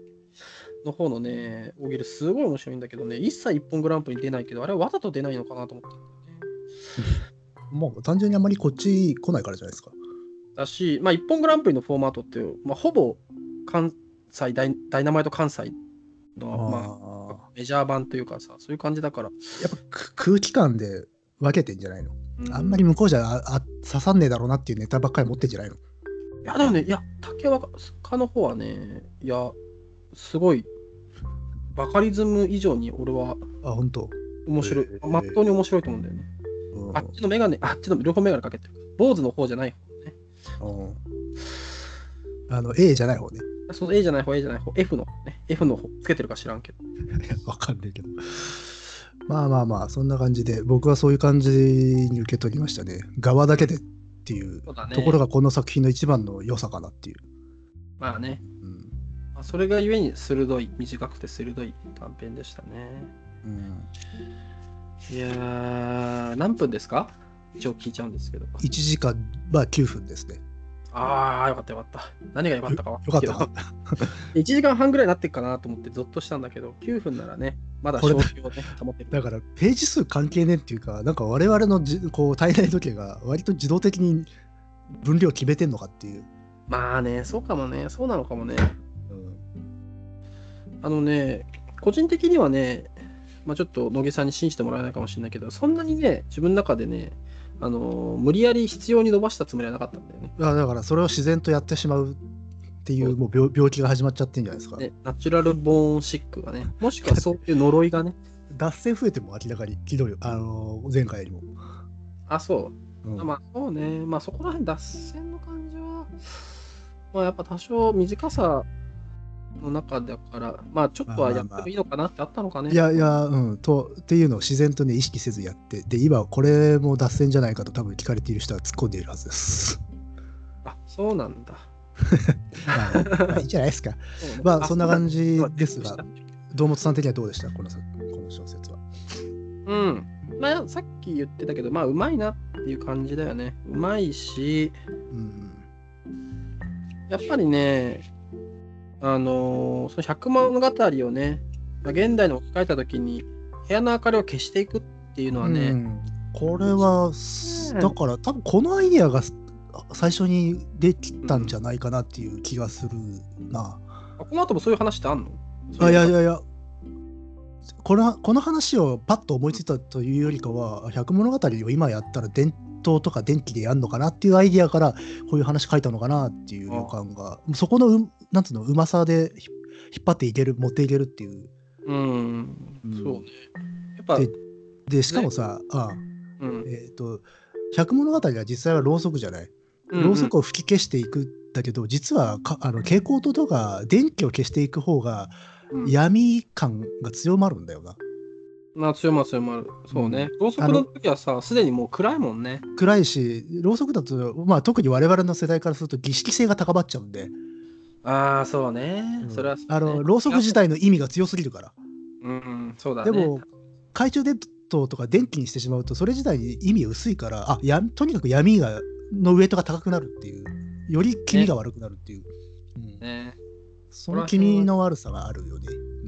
Speaker 1: の方のね、大喜利すごい面白いんだけどね、一切一本グランプリに出ないけど、あれはわざと出ないのかなと思ったんだよね。
Speaker 2: もう単純にあんまりこっち来ないからじゃないですか。
Speaker 1: だし、まあ一本グランプリのフォーマットって、まあ、ほぼ関西ダイ、ダイナマイト関西の、まあ
Speaker 2: まあ、
Speaker 1: メジャー版というかさ、そういう感じだから。
Speaker 2: やっぱく空気感で分けてんじゃないの、
Speaker 1: う
Speaker 2: あんまり向こうじゃああ刺さんねえだろうなっていうネタばっかり持ってんじゃないの
Speaker 1: いやでもね、いや、竹若の方はね、いや、すごい、バカリズム以上に俺は
Speaker 2: あ本当、
Speaker 1: 面白い
Speaker 2: へ、ー
Speaker 1: まっとうに面白いと思うんだよね。
Speaker 2: うん
Speaker 1: あっちのメガネ、あっちの両方メガネかけてる。坊主の方じゃない方ね。
Speaker 2: うんあの A じゃない方ね (laughs)
Speaker 1: その A じゃない方、A じゃない方、F の方ね。F の方つけてるか知らんけど。
Speaker 2: わかんないけどまあまあまあそんな感じで僕はそういう感じに受け取りましたね側だけでっていう
Speaker 1: そうだね。
Speaker 2: ところがこの作品の一番の良さかなっていう、
Speaker 1: まあね、
Speaker 2: うん
Speaker 1: まあ、それがゆえに鋭い、短くて鋭い短編でしたね。いやー、何分ですか一応聞いちゃうんですけど。
Speaker 2: 1時間まあ9分ですね
Speaker 1: あー、よかったよかった。何がよかったかは
Speaker 2: よかったな
Speaker 1: 1時間半ぐらいになってるかなと思ってゾッとしたんだけど、9分ならね、まだ
Speaker 2: こ
Speaker 1: 正
Speaker 2: れだ
Speaker 1: 気をね、保ってる。
Speaker 2: だからページ数関係ねえっていうか、なんか我々のじこう体内時計が割と自動的に分量決めてんのかっていう。
Speaker 1: まあね、そうかもね、そうなのかもね。あのね、個人的にはね、まあ、ちょっと野毛さんに信じてもらえないかもしれないけど、そんなにね、自分の中でね、あのー無理やり必要に伸ばしたつもりはなかったんだよね。
Speaker 2: あだからそれを自然とやってしまうっっていうもう病病気が始まっちゃってんじゃないですか。
Speaker 1: ね、ナチュラルボーンシックがね、もしくはそういう呪いが
Speaker 2: (laughs)
Speaker 1: ね、
Speaker 2: 脱線増えても明らかにひどいよ、あのー前回よりも。
Speaker 1: あ、そう、
Speaker 2: うん
Speaker 1: まあそうね、まあそこら辺脱線の感じは、まあやっぱ多少短さの中だから、まあちょっとはやってもいいのかなってあったのかね。
Speaker 2: いやいや、うん、とっていうのを自然とね意識せずやってで今これも脱線じゃないかと多分聞かれている人は突っ込んでいるはずです。 (laughs)
Speaker 1: あ、そうなんだ。
Speaker 2: まあまあいいじゃないですか。
Speaker 1: そうね
Speaker 2: まあそんな感じです
Speaker 1: そう
Speaker 2: が
Speaker 1: だ、
Speaker 2: 堂本さん的にはどうでしたこの作この小説は。
Speaker 1: うん。まあさっき言ってたけど、まあうまいなっていう感じだよね。うまいし、
Speaker 2: うん
Speaker 1: やっぱりね、あのーその百物語をね、まあ現代に置き換えたときに、部屋の明かりを消していくっていうのはね、
Speaker 2: うんこれは
Speaker 1: うん
Speaker 2: だから多分このアイデアが最初にできたんじゃないかなっていう気がするな。
Speaker 1: あこの後もそういう話ってあんの
Speaker 2: あいやいやいやこのこの話をパッと思いついたというよりかは「百物語」を今やったら伝統とか電気でやるのかなっていうアイディアからこういう話書いたのかなっていう予感がそこのうなんつうのうまさでひ引っ張っていける持っていけるっていう
Speaker 1: うん、
Speaker 2: うん
Speaker 1: そうね。やっぱ、
Speaker 2: ででしかもさ、あ
Speaker 1: うん、
Speaker 2: えっ、と「百物語」は実際はろうそくじゃないろうそくを吹き消していくんだけど実はかあの蛍光灯とか電気を消していく方が
Speaker 1: うん、
Speaker 2: 闇感が強まるんだよな。
Speaker 1: まあ強まる強まる。そうね。ろうそくの時はさ、すでにもう暗いもんね。
Speaker 2: 暗いしろうそくだと、まあ、特に我々の世代からすると儀式性が高まっちゃうんで、
Speaker 1: ああ、そうね。それはそうね、
Speaker 2: あのろうそく自体の意味が強すぎるから、
Speaker 1: うん、そうだ
Speaker 2: で
Speaker 1: ね。
Speaker 2: も懐中電灯とか電気にしてしまうとそれ自体に意味薄いからあやとにかく闇がのウエイトが高くなるっていうより気味が悪くなるっていう、うん、
Speaker 1: ね、
Speaker 2: その気味の悪さがあるよね、う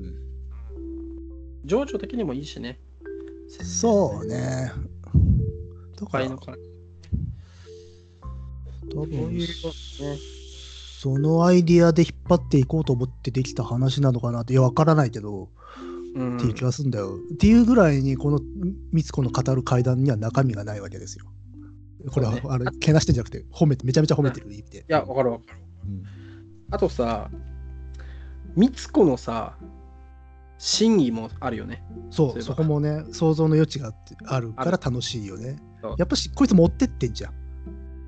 Speaker 1: 情緒的にもいいしね。
Speaker 2: ん、そうねだ
Speaker 1: 都
Speaker 2: から
Speaker 1: 会の感じ。
Speaker 2: 多
Speaker 1: そう
Speaker 2: 分
Speaker 1: いうことね
Speaker 2: そのアイディアで引っ張っていこうと思ってできた話なのかなっていやわからないけ
Speaker 1: うん
Speaker 2: ど、っていう気がするんだよ。っていうぐらいにこのみつ子の語る会談には中身がないわけですよ。これは、
Speaker 1: そうね
Speaker 2: あれけなしてんじゃなくて褒めてめちゃめちゃ褒めてる意味で。い
Speaker 1: いや、わかるわかる。あとさ、みつこのさ、真意もあるよね。
Speaker 2: そ
Speaker 1: そう
Speaker 2: う
Speaker 1: いえば
Speaker 2: そこもね想像の余地があってあるか
Speaker 1: あ
Speaker 2: ら
Speaker 1: る
Speaker 2: 楽しいよね
Speaker 1: そう。
Speaker 2: やっぱしこいつ持ってってんじゃん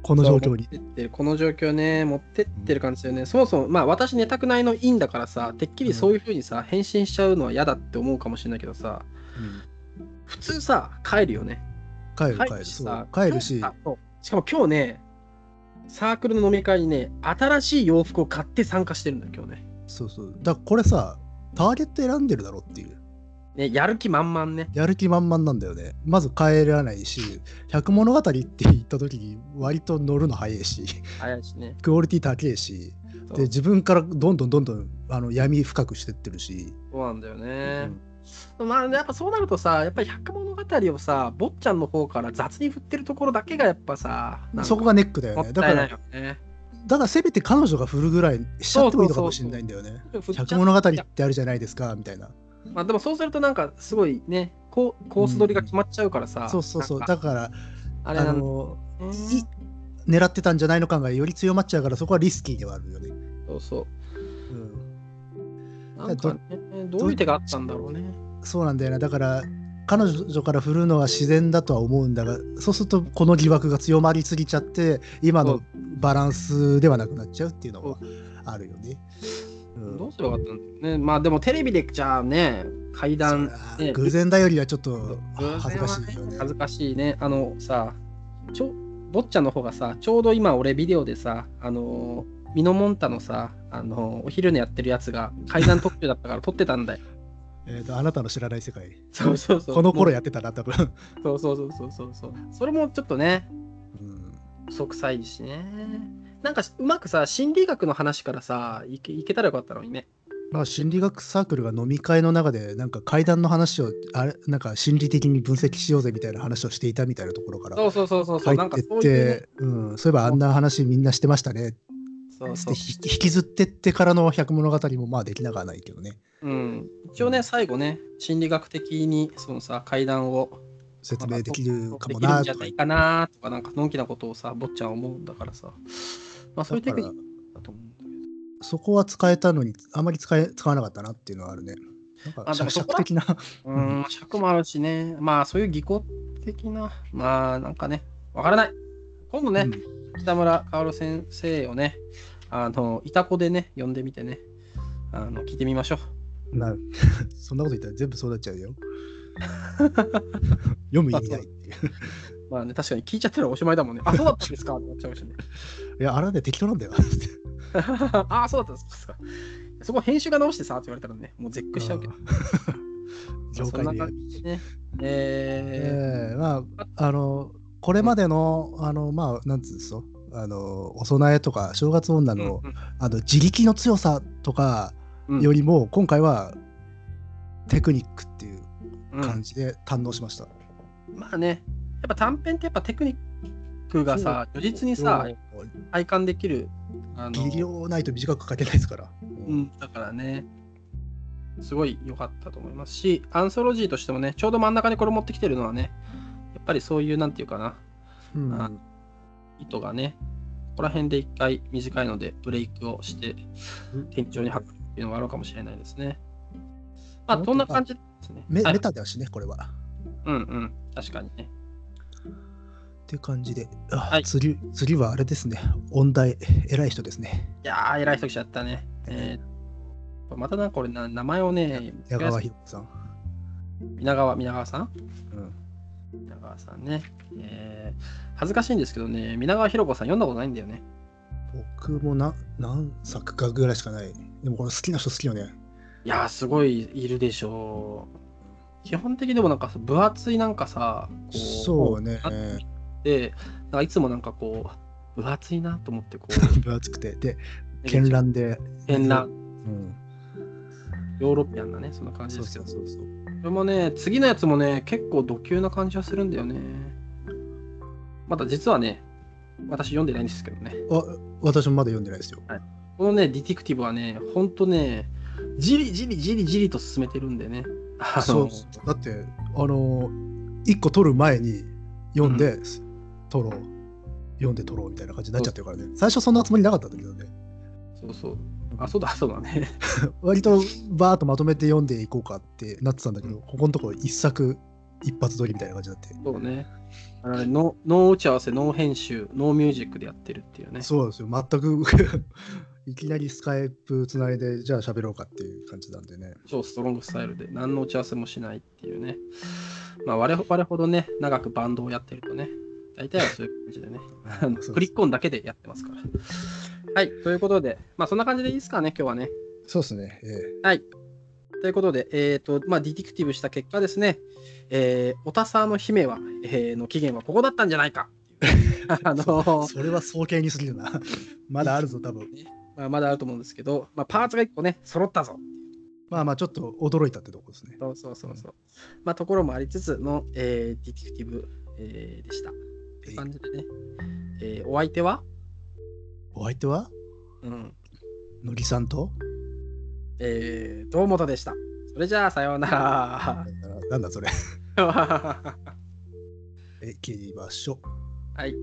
Speaker 2: この状況
Speaker 1: 持。
Speaker 2: に
Speaker 1: ってってるこの状況ね、持ってってる感じだよね。そもそも、まあ私寝たくないのいいんだからさ、てっきりそういう風にさ、返信しちゃうのは嫌だって思うかもしれないけどさ、
Speaker 2: うん
Speaker 1: 普通さ、帰るよね。
Speaker 2: 帰る帰る
Speaker 1: し
Speaker 2: そ
Speaker 1: さ
Speaker 2: う、帰るし
Speaker 1: 今日さそうしかも今日ね、サークルの飲み会にね、新しい洋服を買って参加してるんだよ、今日ね。
Speaker 2: そうそうだからこれさターゲット選んでるだろっていう
Speaker 1: ね、やる気満々ね。
Speaker 2: やる気満々なんだよねまず帰らないし「百物語」って言った時に割と乗るの早いし (laughs)
Speaker 1: 早いしね。
Speaker 2: クオリティ高いし
Speaker 1: そう
Speaker 2: で自分からどんどんどんどんあの闇深くしてってるし、
Speaker 1: そうなんだよね。まあやっぱそうなるとさ、やっぱり百物語をさ、坊ちゃんの方から雑に振ってるところだけがやっぱさ、なんか
Speaker 2: そこがネックだ
Speaker 1: も
Speaker 2: よ
Speaker 1: っ
Speaker 2: ねだ
Speaker 1: た
Speaker 2: か
Speaker 1: いない
Speaker 2: ら
Speaker 1: よね。
Speaker 2: だからせめて彼女が振るぐらいしちゃってもいいのかもしれないんだよね
Speaker 1: 振っちゃっ
Speaker 2: 百物語ってあるじゃないですかみたいな
Speaker 1: まあでもそうするとなんかすごいね、こうコース取りが決まっちゃうからさ、
Speaker 2: そうそうそう
Speaker 1: なんか
Speaker 2: だから
Speaker 1: あ
Speaker 2: あ
Speaker 1: れなんだ
Speaker 2: の
Speaker 1: よね
Speaker 2: い狙ってたんじゃないの感がより強まっちゃうからそこはリスキーではあるよね、
Speaker 1: そうそう
Speaker 2: うん、
Speaker 1: なんか、ね、どういう手があったんだろうね。
Speaker 2: そうなんだよなだから彼女から振るのは自然だとは思うんだがそうするとこの疑惑が強まりすぎちゃって今
Speaker 1: そ
Speaker 2: の
Speaker 1: う
Speaker 2: バランスではなくなっちゃうっていうのはあるよね、うん
Speaker 1: どうすればよかったんだろうね。まあでもテレビでじゃあね、階段、
Speaker 2: そう
Speaker 1: ね
Speaker 2: だ、偶然だよりはちょっと
Speaker 1: 偶然はね
Speaker 2: 恥ずかしいよね。
Speaker 1: 恥ずかしいね。あのさ、ちょ坊ちゃんの方がさ、ちょうど今俺ビデオでさ、あのー、ミノモンタのさ、あのーお昼のやってるやつが階段特急だったから撮ってたん
Speaker 2: (laughs)
Speaker 1: だよ。
Speaker 2: えーとあなたの知らない世界。
Speaker 1: そうそうそう。
Speaker 2: この頃やってたな、多分。
Speaker 1: そうそうそうそうそうそう。それもちょっとね、
Speaker 2: うん
Speaker 1: 嘘くさいしね。なんかうまくさ、心理学の話からさ、いけいけたらよかったのにね。
Speaker 2: まあ、心理学サークルが飲み会の中で、なんか階段の話を、あれ、なんか心理的に分析しようぜみたいな話をしていたみたいなところから
Speaker 1: そうそうそうそうそう。
Speaker 2: 入
Speaker 1: なん
Speaker 2: っ
Speaker 1: か
Speaker 2: てっ
Speaker 1: そういうね。
Speaker 2: て、うん、そういえばあんな話みんなしてましたね。
Speaker 1: そう
Speaker 2: つっ
Speaker 1: そ
Speaker 2: て
Speaker 1: う。
Speaker 2: ひ引きずってってからの百物語もまあできなくはないけどね。
Speaker 1: うん。一応ね、最後ね、心理学的にそのさ、階段を
Speaker 2: 説明できるか
Speaker 1: で
Speaker 2: も
Speaker 1: きる
Speaker 2: なん
Speaker 1: じゃ
Speaker 2: とか
Speaker 1: な
Speaker 2: 言
Speaker 1: い
Speaker 2: っ
Speaker 1: かなとか、なんかのんきなことをさ、坊ちゃんは思うんだからさ。まあそういう
Speaker 2: て。
Speaker 1: テ
Speaker 2: だ
Speaker 1: ク
Speaker 2: か
Speaker 1: ニッ
Speaker 2: ら
Speaker 1: クだと思うんだけど。
Speaker 2: そこは使えたのに、あまり使え使わなかったなっていうのはあるね。なんか
Speaker 1: あでも
Speaker 2: 尺
Speaker 1: そこ
Speaker 2: 尺
Speaker 1: は
Speaker 2: 的な。
Speaker 1: うん、尺もあるしね。まあ、そういう技巧的な、まあ、なんかね、わからない。今度ね、
Speaker 2: うん
Speaker 1: 北村薫先生をね、あの、いたこでね、呼んでみてね、あの、聞いてみましょう。
Speaker 2: な (laughs) そんなこと言ったら全部そうなっちゃう
Speaker 1: (laughs)
Speaker 2: よ。読む意味ないっていう。
Speaker 1: まあね、確かに聞いちゃったらおしまいだもんね。あ、そうだったんですかってなっちゃうしね。 (laughs)
Speaker 2: いや、あれはね、適当なんだよ。って
Speaker 1: あ、そうだったんですか。そこ編集が直してさって言われたらね、もう絶句しちゃうけど。
Speaker 2: うん上
Speaker 1: そん
Speaker 2: 官
Speaker 1: な
Speaker 2: に
Speaker 1: 感じでね。え
Speaker 2: ええまあ、あの、これまでの、あの、まあ、なんつうんですよ。あの、お供えとか、正月女
Speaker 1: ー
Speaker 2: の、
Speaker 1: うん
Speaker 2: あの、自力の強さとか
Speaker 1: うん
Speaker 2: よりも、今回は、テクニックっていう
Speaker 1: うん
Speaker 2: 感じで堪能しました。
Speaker 1: まあね、やっぱ短編ってやっぱテクニックがさ、如実にさ、
Speaker 2: うん、
Speaker 1: 体感できる。あの
Speaker 2: 技量ないと短く書けないですから。
Speaker 1: う。ん、だからね、すごい良かったと思いますし、アンソロジーとしてもね、ちょうど真ん中にこれ持ってきてるのはね、やっぱりそういう、なんていうかな、
Speaker 2: うん
Speaker 1: あ意図がね、ここら辺で一回短いのでブレイクをして、天井に吐くっていうのがあるかもしれないですね。まあ、
Speaker 2: なんて
Speaker 1: ど
Speaker 2: いうか
Speaker 1: んな感じですね。
Speaker 2: メ
Speaker 1: はい
Speaker 2: メタだしね、これは。
Speaker 1: うんうん、確かにね。
Speaker 2: っていう感じで、あ
Speaker 1: はい
Speaker 2: 次次はあれですね、音大、偉い人ですね。
Speaker 1: いやー、偉い人来ちゃったね。えーまたなんか俺な、名前をね、
Speaker 2: 矢川博子さん。
Speaker 1: 皆川、皆川さん
Speaker 2: うん
Speaker 1: 皆川さんね、えー恥ずかしいんですけどね、皆川博子さん読んだことないんだよね。
Speaker 2: 僕もな何作かぐらいしかない。でもこれ好きな人好きよね。
Speaker 1: いやー、すごいいるでしょう。基本的にでもなんかさ分厚いなんかさ、こ
Speaker 2: そうね。
Speaker 1: で、なんかいつもなんかこう、分厚いなと思ってこ
Speaker 2: 分厚くて。で、
Speaker 1: う、
Speaker 2: (laughs) 絢爛で。
Speaker 1: 絢爛
Speaker 2: うん。
Speaker 1: ヨーロピアンなね、そんな感じ
Speaker 2: そ
Speaker 1: で
Speaker 2: う
Speaker 1: すけ
Speaker 2: そ
Speaker 1: ど
Speaker 2: う、そうそう。
Speaker 1: でもね、次のやつもね、結構度級な感じはするんだよね。まだ実はね、私読んでないんですけどね。
Speaker 2: あ私もまだ読んでないですよ。
Speaker 1: このね、ディティクティブはね、ほんとね、じりじりじりじりと進めてるんでね。あの
Speaker 2: そうそうだって、あの、一個取る前に読んで、取ろう。読んで取ろうみたいな感じになっちゃってるからね。最初そんなつもりなかったんだけどね。
Speaker 1: そうそう。あ、そうだ、そうだね。
Speaker 2: 割とバーッとまとめて読んでいこうかってなってたんだけど、ここのところ一作一発撮りみたいな感じになって、
Speaker 1: そうね。あのねノノー打ち合わせ、ノー編集、ノーミュージックでやってるっていうね。
Speaker 2: そうなんですよ全く (laughs) いきなりスカイプつないでじゃあ喋ろうかっていう感じなんでね
Speaker 1: 超ストロングスタイルで、何の打ち合わせもしないっていうね。まあ、我々ほどね、長くバンドをやってるとね、大体はそういう感じでね、あの
Speaker 2: そう
Speaker 1: クリックオンだけでやってますから。はい、ということで、まあ、そんな感じでいいですかね、今日はね。
Speaker 2: そうですねえ
Speaker 1: ということで、えーとまあ、ディティクティブした結果ですね、えー、おたさの姫は、えーの起源はここだったんじゃないか。 (laughs) あの
Speaker 2: えそれは早計にすぎるな (laughs) まだあるぞ多分
Speaker 1: まあ、まだあると思うんですけど、まあ、パーツが1個ね、揃ったぞ。
Speaker 2: まあまあちょっと驚いたってとこですね
Speaker 1: そうそうそうそう。まあ、ところもありつつの、えーディティクティブ、えーでした。って感じでね。えーお相手は、
Speaker 2: お相手は
Speaker 1: うん
Speaker 2: のりさんと
Speaker 1: えー、堂本でした。それじゃあ、さような
Speaker 2: なんだそれ
Speaker 1: ら。 (laughs)
Speaker 2: え切りましょう
Speaker 1: はい。